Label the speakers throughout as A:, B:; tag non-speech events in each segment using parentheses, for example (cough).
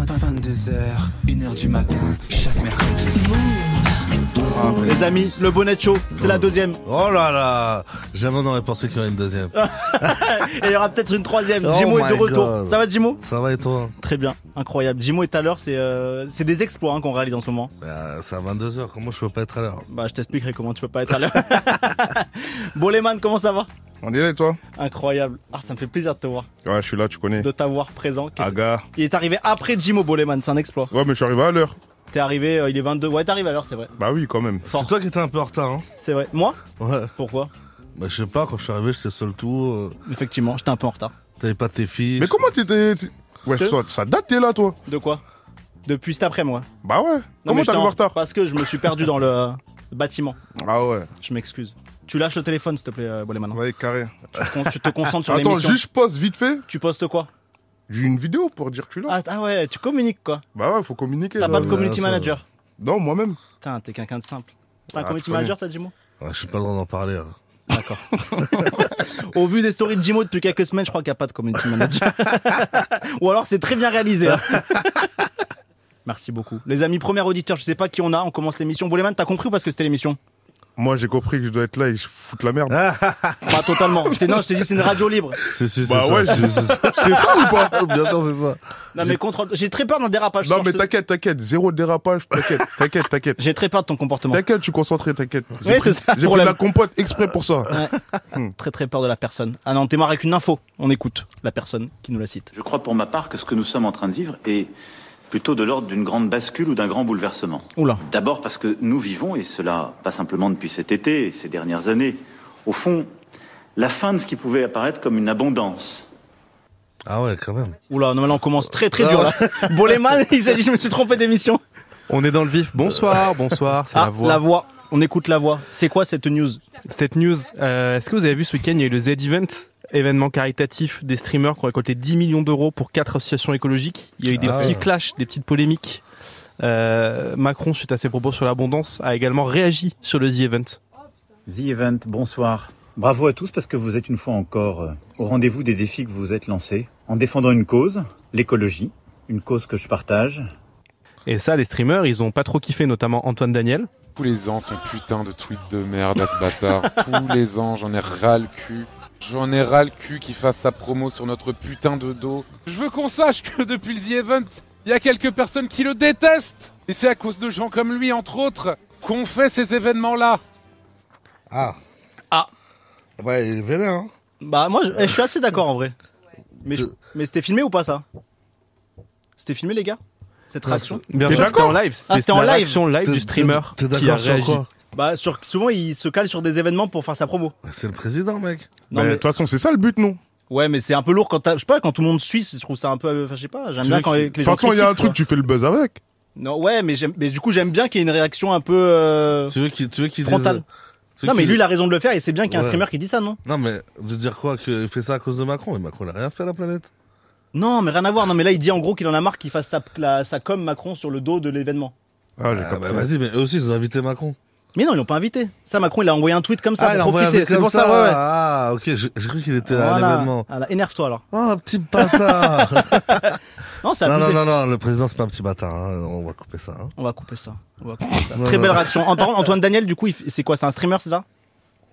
A: 22h, 1h du matin, chaque mercredi.
B: Les amis, le bonnet chaud, c'est
C: (laughs)
B: la deuxième.
C: Oh là là Jamais on aurait pensé qu'il y aurait une deuxième.
B: Et il y aura peut-être une troisième.
C: Oh
B: Jimo Ah, est de
C: my
B: retour.
C: God.
B: Ça va Jimo
C: Ça va et toi
B: Très bien, incroyable. Jimo est à l'heure, c'est euh, c'est des exploits hein, qu'on réalise en ce moment.
C: Euh, C'est à 22h, comment je peux pas être à l'heure
B: Bah je t'expliquerai comment tu peux pas être à l'heure. (laughs) Boleman, comment ça va
D: On dirait toi
B: Incroyable. Ah ça me fait plaisir de te voir,
D: Ouais, je suis là, tu connais.
B: de t'avoir présent.
D: Aga.
B: Il est arrivé après Jimo Boleman, c'est un exploit.
D: Ah, Ouais, mais je suis arrivé à l'heure.
B: T'es arrivé, euh, il est 22. Ouais, t'es arrivé à l'heure, c'est vrai.
D: Bah oui, quand même.
B: Fort.
C: C'est toi qui étais un peu en retard, hein
B: C'est vrai. Moi
C: Ouais.
B: Pourquoi
C: Bah je sais pas, quand je suis arrivé, j'étais seul tout. euh,
B: Effectivement, j'étais un peu en retard.
C: T'avais pas tes filles.
D: Mais comment t'étais. t'es- Ouais,
B: T'es-
D: ça, ça date, t'es là, toi
B: De quoi Depuis cet après-moi.
D: Bah ouais.
B: Non, mais
D: comment
B: j'étais
D: t'es arrivé en retard
B: Parce que je me suis perdu dans le euh, bâtiment.
D: Ah ouais.
B: Je m'excuse. Tu lâches le téléphone, s'il te plaît, euh, Boleman.
D: Ouais, carré.
B: Con- Tu te concentres sur
D: Attends,
B: l'émission.
D: juste je pose vite fait.
B: Tu postes quoi
D: J'ai une vidéo pour dire que je suis là.
B: ah, ah ouais, tu communiques quoi.
D: Bah ouais, faut communiquer.
B: T'as
D: là.
B: pas de
C: ouais,
B: community
C: ça va.
B: manager.
D: Non, moi-même.
B: Putain, t'es quelqu'un de simple. T'as un
D: Ah,
B: community
D: tu connais.
B: manager, t'as Jimo
C: Ouais, je suis pas le droit d'en parler. hein.
B: D'accord. (laughs) Au vu des stories de Jimo depuis quelques semaines, je crois qu'il n'y a pas de community manager. (laughs) Ou alors c'est très bien réalisé.
D: (laughs)
B: hein. Merci beaucoup. Les amis, premier auditeur, je sais pas qui on a, on commence l'émission. Boleman, t'as compris ou parce que c'était l'émission
D: Moi, j'ai compris que je dois être là et je fous de la merde.
B: (laughs) Pas totalement. Je t'ai- non, je t'ai dit c'est une radio libre.
C: Si, si, c'est
D: Bah
C: ça.
D: ouais,
C: si, si, c'est ça.
D: C'est ça ou (laughs) pas
C: Bien sûr, c'est ça.
B: Non mais contrôle. J'ai très peur d'un dérapage.
D: Non,
B: Sors,
D: mais
B: je te-
D: t'inquiète, t'inquiète. Zéro dérapage. T'inquiète, t'inquiète, t'inquiète.
B: (laughs) J'ai très peur de ton comportement.
D: T'inquiète, je suis concentré, t'inquiète. J'ai
B: Oui,
D: pris-
B: c'est ça,
D: J'ai pris de
B: problème.
D: la compote exprès pour ça.
B: (laughs) Très très peur de la personne. Ah non, on démarre avec une info. On écoute la personne qui nous la cite.
E: Je crois pour ma part que ce que nous sommes en train de vivre est plutôt de l'ordre d'une grande bascule ou d'un grand bouleversement.
B: Oula.
E: D'abord parce que nous vivons, et cela pas simplement depuis cet été et ces dernières années, au fond, la fin de ce qui pouvait apparaître comme une abondance.
C: Ah ouais, quand même.
B: Oula, non mais là on commence très très
E: (laughs)
B: dur là. Boleman, il s'agit, (laughs) je me suis trompé d'émission.
F: On est dans le vif. Bonsoir, bonsoir, c'est
B: Ah,
F: la voix.
B: On écoute la voix. C'est quoi cette news
F: Cette news, euh, est-ce que vous avez vu ce week-end, il y a eu le Z-Event, événement caritatif des streamers qui ont récolté 10 millions d'euros pour quatre associations écologiques. Il y a eu des
C: Ah
F: petits
C: ouais.
F: clashs, des petites polémiques. Euh, Macron, suite à ses propos sur l'abondance, a également réagi sur le Z-Event.
G: The Event, bonsoir. Bravo à tous parce que vous êtes une fois encore euh, au rendez-vous des défis que vous vous êtes lancés en défendant une cause, l'écologie, une cause que je partage.
F: Et ça, les streamers, ils ont pas trop kiffé, notamment Antoine Daniel.
H: Tous les ans, son putain de tweet de merde à ce bâtard. Tous les ans, j'en ai ras le cul. J'en ai ras le cul qu'il fasse sa promo sur notre putain de dos. Je veux qu'on sache que depuis le The Event, il y a quelques personnes qui le détestent. Et c'est à cause de gens comme lui, entre autres, qu'on fait ces événements-là.
C: Ah.
B: Ah.
C: Ouais, il est vénère, hein.
B: Bah moi, je, eh, je suis assez d'accord en vrai. Mais, je-
C: Euh.
B: mais c'était filmé ou pas ça C'était filmé les gars Cette réaction
F: Bien
D: T'es
F: sûr, c'était
D: d'accord
F: en live.
B: Ah, c'était en
F: la
B: live.
F: réaction live
C: Bah, T'es-
F: du streamer
C: T'es
F: qui a
C: d'accord sur
F: réagi.
C: quoi
B: Bah sur, souvent il se cale sur des événements pour faire sa promo.
C: Bah, C'est le président, mec. Bah,
B: Non,
D: Mais de
B: mais-
D: toute façon, c'est ça le but, non
B: Ouais, mais c'est un peu lourd quand t'as- je sais pas quand tout le monde suit, je trouve ça un peu, euh, enfin, je sais pas. J'aime
C: Tu
B: bien
C: veux
B: quand
C: qu'il-
B: les, que
D: De
B: les
D: toute
B: gens
D: façon, il y a un truc,
B: critiquent,
D: tu fais le buzz avec.
B: quoi. Non, ouais, mais j'aime, mais du coup j'aime bien qu'il y ait une réaction un peu. euh,
C: Tu veux qu'il tu veux qu'il dise-
B: Frontal.
C: tu veux
B: Non, mais
C: qu'il-
B: lui il a raison de le faire et c'est bien qu'il y ait un
C: Ouais.
B: streamer qui dit ça, non
C: Non, mais de dire quoi Qu'il fait ça à cause de Macron Mais Macron, il a rien fait à la planète.
B: Non, mais rien à voir. Non, mais là, il dit en gros qu'il en a marre qu'il fasse sa, la- sa com Macron sur le dos de l'événement.
D: Ah, j'ai
C: Ah, bah,
D: compris.
C: vas-y, mais eux aussi, ils ont invité Macron. Ah,
B: Mais non, ils l'ont pas invité. Ça, Macron, il a envoyé un tweet comme ça
C: il a
B: pour
C: envoyé un
B: profiter.
C: mec
B: C'est
C: comme
B: pour ça, ouais, ouais.
C: Ah, ok, j'ai j'ai cru qu'il était à
B: Voilà.
C: l'événement.
B: Ah là, énerve-toi alors.
C: Oh, petit bâtard
B: (laughs) Non, ça a
C: Non, non,
B: abusé.
C: non, non, le président, c'est pas un petit bâtard. hein. On va couper ça. hein.
B: On va couper ça. On va couper ça.
C: Non,
B: Très
C: non.
B: belle réaction. En parlant, Antoine Daniel, du coup, il f- c'est quoi C'est un streamer, c'est ça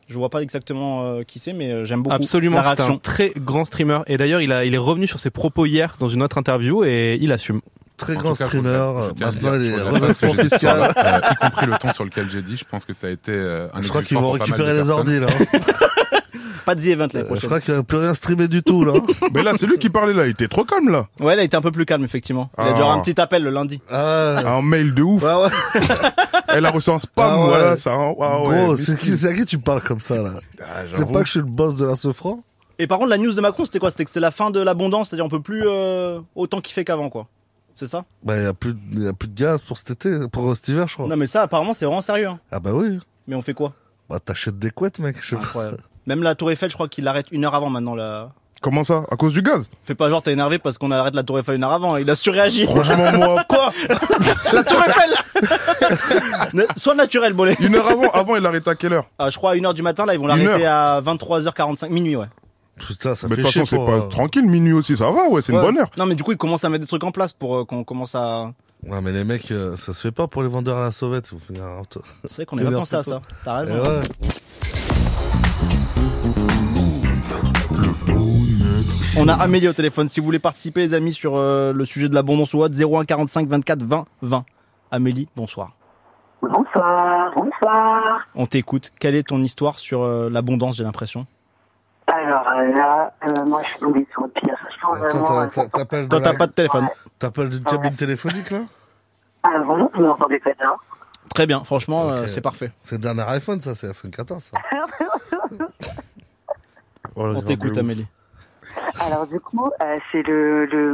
B: Je vois pas exactement euh, qui c'est, mais euh, j'aime beaucoup
F: Absolument,
B: la
F: c'est un
B: réaction.
F: très grand streamer. Et d'ailleurs, il, a- il est revenu sur ses propos hier dans une autre interview et il assume.
C: Très
H: En
C: grand
H: tout cas, faut
C: streamer.
H: le- je
C: euh,
H: tiens à le dire, faut
C: Maintenant, il est
H: le dire, parce que
C: redressement
H: j'ai dit ça,
C: fiscal.
H: là, euh, y compris le ton sur lequel j'ai dit, je pense que ça a été euh, un
C: Je crois
H: exutoire
C: qu'ils vont
H: pour pas mal
C: récupérer
H: de
C: les
H: personnes.
C: ordi, là. hein. Euh,
B: Pas de The Event l'année
C: Je
B: prochaine.
C: crois qu'il va plus rien streamer du tout, là.
D: (laughs) Mais là, c'est lui qui parlait là, il était trop calme là.
B: Ouais, là, il était un peu plus calme, effectivement. Il a dû
D: Ah.
B: avoir un petit appel le lundi.
C: Ah,
D: Un mail de ouf.
C: Ah ouais.
D: Elle a reçu un spam,
C: Ah ouais.
D: voilà, ça. hein. Ah ouais.
C: Gros,
D: mais-
C: c'est qui- c'est à qui tu parles comme ça, là
D: Ah,
C: C'est
D: j'avoue.
C: pas que je suis le boss de la Sofran
B: Et par contre, la news de Macron, c'était quoi C'était que c'est la fin de l'abondance, c'est-à-dire on peut plus euh, autant kiffer qu'avant, quoi. C'est ça
C: Bah, il y a plus, de- il y a plus de gaz pour cet été, pour euh, cet hiver, je crois.
B: Non, mais ça, apparemment, c'est vraiment sérieux. hein.
C: Ah bah oui.
B: Mais on fait quoi
C: Bah, t'achètes des couettes, mec. Je sais pas.
B: Incroyable. Même la Tour Eiffel, je crois qu'il l'arrête une heure avant maintenant. Là.
D: Comment ça À cause du gaz
B: Fais pas genre t'es énervé parce qu'on arrête la Tour Eiffel une heure avant. Il a surréagi.
D: Franchement, moi,
B: (laughs) Quoi La Tour Eiffel (laughs) Ne- Sois naturel, Bolet.
D: une heure avant, avant, il arrêtait à quelle heure
B: Ah, je crois à 1h du matin, là, ils vont
D: Une
B: l'arrêter à 23h45, minuit, ouais.
C: Putain, ça
D: Mais de
C: fait
D: toute façon,
C: chier
D: c'est
C: pour,
D: pas
C: euh,
D: tranquille, minuit aussi, ça va, ouais, c'est
B: Ouais.
D: une bonne heure.
B: Non, mais du coup, ils commencent à mettre des trucs en place pour euh, qu'on commence à.
C: (laughs) Ouais, mais les mecs, euh, ça se fait pas pour les vendeurs à la sauvette. vous faites un-
B: C'est vrai
C: (laughs)
B: qu'on avait
C: Une
B: pas
C: heure
B: pensé à
C: plus tôt.
B: ça. T'as
C: Eh
B: raison.
C: ouais.
B: On a Amélie au téléphone. Si vous voulez participer, les amis, sur euh, le sujet de l'abondance ou autre, 01 45 24 20 20. Amélie, bonsoir.
I: Bonsoir, bonsoir.
B: On t'écoute. Quelle est ton histoire sur euh, l'abondance, j'ai l'impression
I: Alors euh, là, euh, moi je suis tombée sur le pire. Je pense
C: Attends,
I: vraiment.
C: t'as- t'as- t'appelles de
B: Toi,
C: la-
B: t'as pas de téléphone.
C: t'appelles d'une cabine téléphonique là
I: Ah bon, vous m'entendez pas (laughs) bien
B: Très bien, franchement,
C: Ok.
B: euh, c'est parfait.
C: C'est le dernier iPhone, ça, c'est l'iPhone 14. Ça.
D: Oh,
B: On t'écoute, Amélie.
I: Alors du coup, euh, c'est le, le,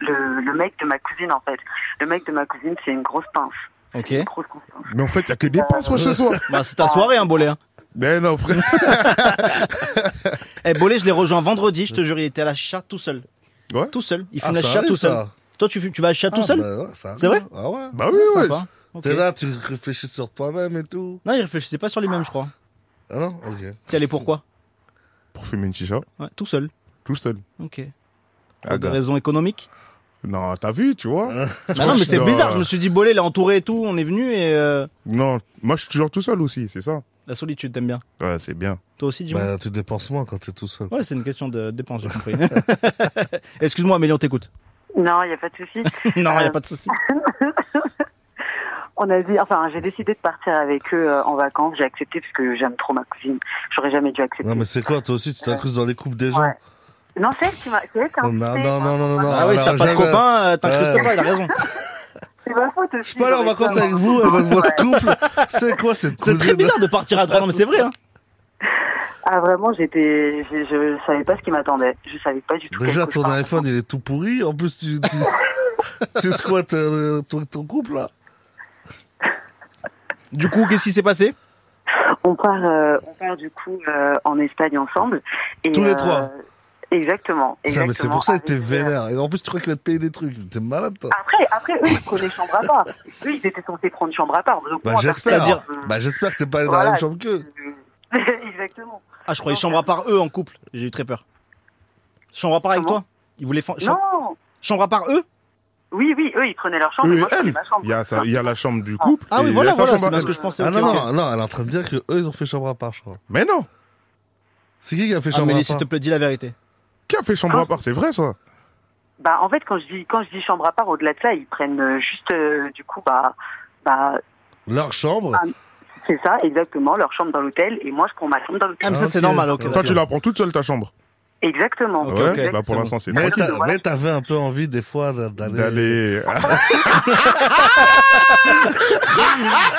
I: le, le mec de ma cousine en fait. Le mec de ma cousine, c'est une grosse pince.
B: Ok.
I: Une grosse grosse pince.
D: Mais en fait, il y a que des pinces ouais, chez soi.
B: Bah, c'est ta soirée, hein, Bolé. hein.
D: Mais non, frère.
B: (laughs) Eh, Bolé, je l'ai rejoint vendredi, je te jure, il était à la chat tout seul.
D: Ouais.
B: Tout seul. Il
C: Ah,
B: fume la
C: ça
B: chat
C: arrive,
B: tout seul.
C: ça.
B: Toi, tu, fumes- tu vas à la chat
C: Ah,
B: tout seul
C: bah ouais, ça
B: C'est
C: arrive. Ah ouais.
D: Bah oui, ouais.
B: Sympa. Ok.
C: T'es là, tu réfléchis sur toi-même et tout.
B: Non, il réfléchissait pas sur lui-même, je crois.
C: Ah non Ok.
B: T'y allais pourquoi
D: Pour fumer une chicha,
B: ouais, Tout seul.
D: tout seul.
B: Ok.
C: (laughs)
D: Ah,
B: Pour des
D: gars.
B: raisons économiques
D: Non, t'as vu, tu
C: (laughs)
D: vois.
B: Bah non, mais c'est
D: Non.
B: bizarre. Je me suis dit, Bolé, il est entouré et tout. On est venu et euh,
D: euh, Non, moi, je suis toujours tout seul aussi, c'est ça.
B: la solitude, t'aimes bien.
D: euh, Ouais, c'est bien.
B: Toi aussi, dis-moi.
C: Bah, tu dépenses moins quand t'es tout seul.
B: Ouais, c'est une question de dépense, j'ai compris. (laughs) Excuse-moi, Amélie, on t'écoute.
I: Non, il n'y a pas de (laughs) souci.
B: (laughs) Non,
I: Euh,
B: y a pas de souci.
I: On a dit, enfin, j'ai décidé de partir avec eux euh, en vacances. J'ai accepté parce que j'aime trop ma cousine. J'aurais jamais dû accepter.
C: Non, mais c'est quoi, toi aussi, tu t'accuses dans les couples des gens
I: Ouais. Non, c'est elle qui m'a. c'est elle qui a
C: Non,
I: insisté,
C: Oh, bah,
I: moi.
C: non, non, non, non, non.
B: Ah oui, si t'as
C: alors,
B: pas de
C: jamais-
B: copain, euh, t'incrustes
C: Ouais.
B: pas, il a raison.
I: C'est ma faute aussi.
C: Je suis pas allé en
I: j'aurais
C: vacances
I: dû
C: avec
I: avoir-
C: vous, avec votre couple. C'est quoi cette
B: C'est très
C: cousine
B: bizarre de partir à trois. Non, mais c'est vrai, hein.
I: Ah vraiment, j'étais, je, je savais pas ce qui m'attendait. Je savais pas du tout.
C: Déjà,
I: quelque
C: ton
I: chose.
C: iPhone, il est tout pourri. En plus, tu,
I: (laughs)
C: tu, tu squattes euh, ton, ton couple, là.
B: Du coup, qu'est-ce qui s'est passé
I: On part, euh, on part du coup euh, en Espagne ensemble. Et, euh,
C: Tous les trois
B: Ah,
I: Exactement.
C: Putain, mais c'est pour ça que t'es
I: avec, euh,
C: vénère. Et en plus, tu crois qu'il va te payer des trucs. T'es malade, toi.
I: Après, après, eux, ils prenaient chambre à part. Eux, ils étaient censés prendre chambre à part. Donc,
C: Bah,
I: moi,
C: j'espère.
I: personne, euh,
C: Bah, j'espère que t'es pas allé dans la
I: voilà.
C: même chambre qu'eux.
I: euh, (laughs) Exactement.
B: Ah, je croyais chambre à part eux en couple. J'ai eu très peur. Chambre à part avec
I: Comment
B: toi Ils voulaient fa- cham-
I: Non.
B: chambre (laughs) à part eux
I: Oui, oui, eux, ils prenaient leur chambre.
D: Eux et
I: et Ah, moi, je prenais
D: elle.
I: ma chambre.
D: Il y a, sa- il y a la chambre du couple.
B: Ah
D: et
B: oui,
D: il y a
B: voilà,
D: sa
B: voilà,
D: chambre
B: c'est
D: à-
B: parce que je pensais.
C: Ah
B: ok,
C: non,
B: ok.
C: non, non, elle est en train de dire que eux ils ont fait chambre à part, je crois.
D: Mais non
C: C'est qui qui a fait chambre
B: Amélie,
C: à
B: Ah, s'il
C: part
B: te plaît, dis la vérité.
D: Qui a fait chambre à part C'est vrai, ça
I: Bah, en fait, quand je dis, quand je dis chambre à part, au-delà de ça, ils prennent euh, juste, euh, du coup, bah, bah,
C: Leur chambre
I: Ah, c'est ça, exactement, leur chambre dans l'hôtel. Et moi, je prends ma chambre dans
B: Ah,
I: l'hôtel.
B: mais ça,
C: Ah,
B: c'est
C: ok.
B: normal, ok.
C: Toi,
D: Toi,
B: d'accord.
D: tu la prends toute seule, ta chambre
I: Exactement.
B: Ok,
D: Ouais,
B: ok,
D: bah
B: c'est
D: pour l'instant, c'est
C: Mais
D: tranquille.
C: t'as- mais t'avais un peu envie des fois d'a- d'aller.
D: D'aller.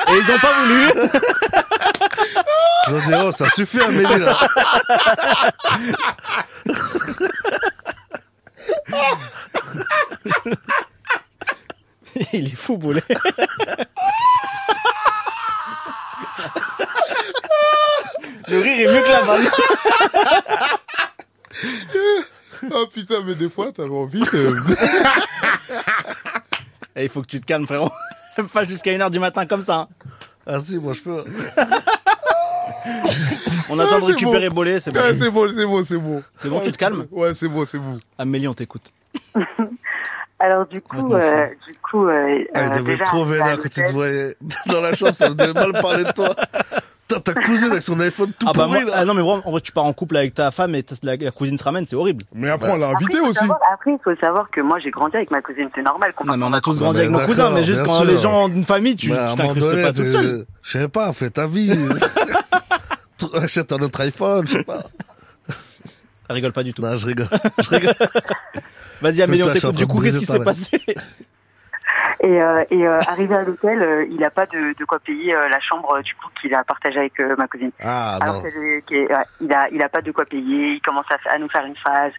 B: Et ils ont pas voulu.
C: Ils ont dit, oh, ça suffit Amélie là
B: Il est fou, Boulet. (laughs) Le rire est mieux que la vanne.
D: (laughs) Ah putain, mais des fois, t'avais envie.
B: Eh, il faut que tu te calmes, frérot. (laughs) Pas jusqu'à 1h du matin comme ça. hein.
C: Ah si, moi je peux.
B: (laughs) On attend de
D: Ah, c'est Eh,
B: récupérer Bolé, c'est bon.
D: c'est bon, c'est bon, c'est bon.
B: C'est bon, tu te calmes
D: Ouais, c'est bon, c'est bon.
B: Amélie, on t'écoute.
I: (laughs) Alors, du coup,
B: Complètement
I: euh, du coup, euh,
C: Elle
I: euh,
C: devait
I: déjà,
C: être trop
I: arrivée à
C: vénère quand tu te
I: l'hôtel,
C: voyais dans la chambre,
I: (laughs)
C: ça devait mal parler de toi. Putain, ta cousine avec son iPhone tout
B: Ah bah moi,
C: pourri là
B: ah non mais moi, en vrai, tu pars en couple avec ta femme et ta- la, la cousine se ramène, c'est horrible.
D: Mais après, on l'a
I: Après,
D: invité
I: il faut
D: aussi.
I: savoir- après, il faut savoir que moi, j'ai grandi avec ma cousine. C'est normal qu'on
B: Non mais on a tous
C: Non,
B: grandi
C: mais
B: avec nos
C: d'accord,
B: cousins, mais juste
C: bien
B: quand
C: sûr.
B: les gens d'une famille, tu
C: Mais
B: tu
C: à un moment
B: t'incrustes
C: donné,
B: pas toute
C: t'es-
B: seule.
C: Je sais pas, fais ta
B: (laughs)
C: vie. Tu- Achète un autre iPhone, je sais pas.
B: Elle rigole pas du tout.
C: Non, je rigole.
B: (laughs) Vas-y Amélie, on
C: Putain, je suis en
B: t'écoute.
C: train
B: Du coup,
C: de
B: qu'est-ce qui s'est
C: briser par
B: passé
I: Et, euh, et euh, arrivé à l'hôtel, euh, il a pas de, de quoi payer euh, la chambre euh, du coup qu'il a partagée avec euh, ma cousine.
C: Ah
I: Alors
C: non.
I: qu'elle est- qu'elle est- ouais, il a il a pas de quoi payer. Il commence à, fa- à nous faire une phase.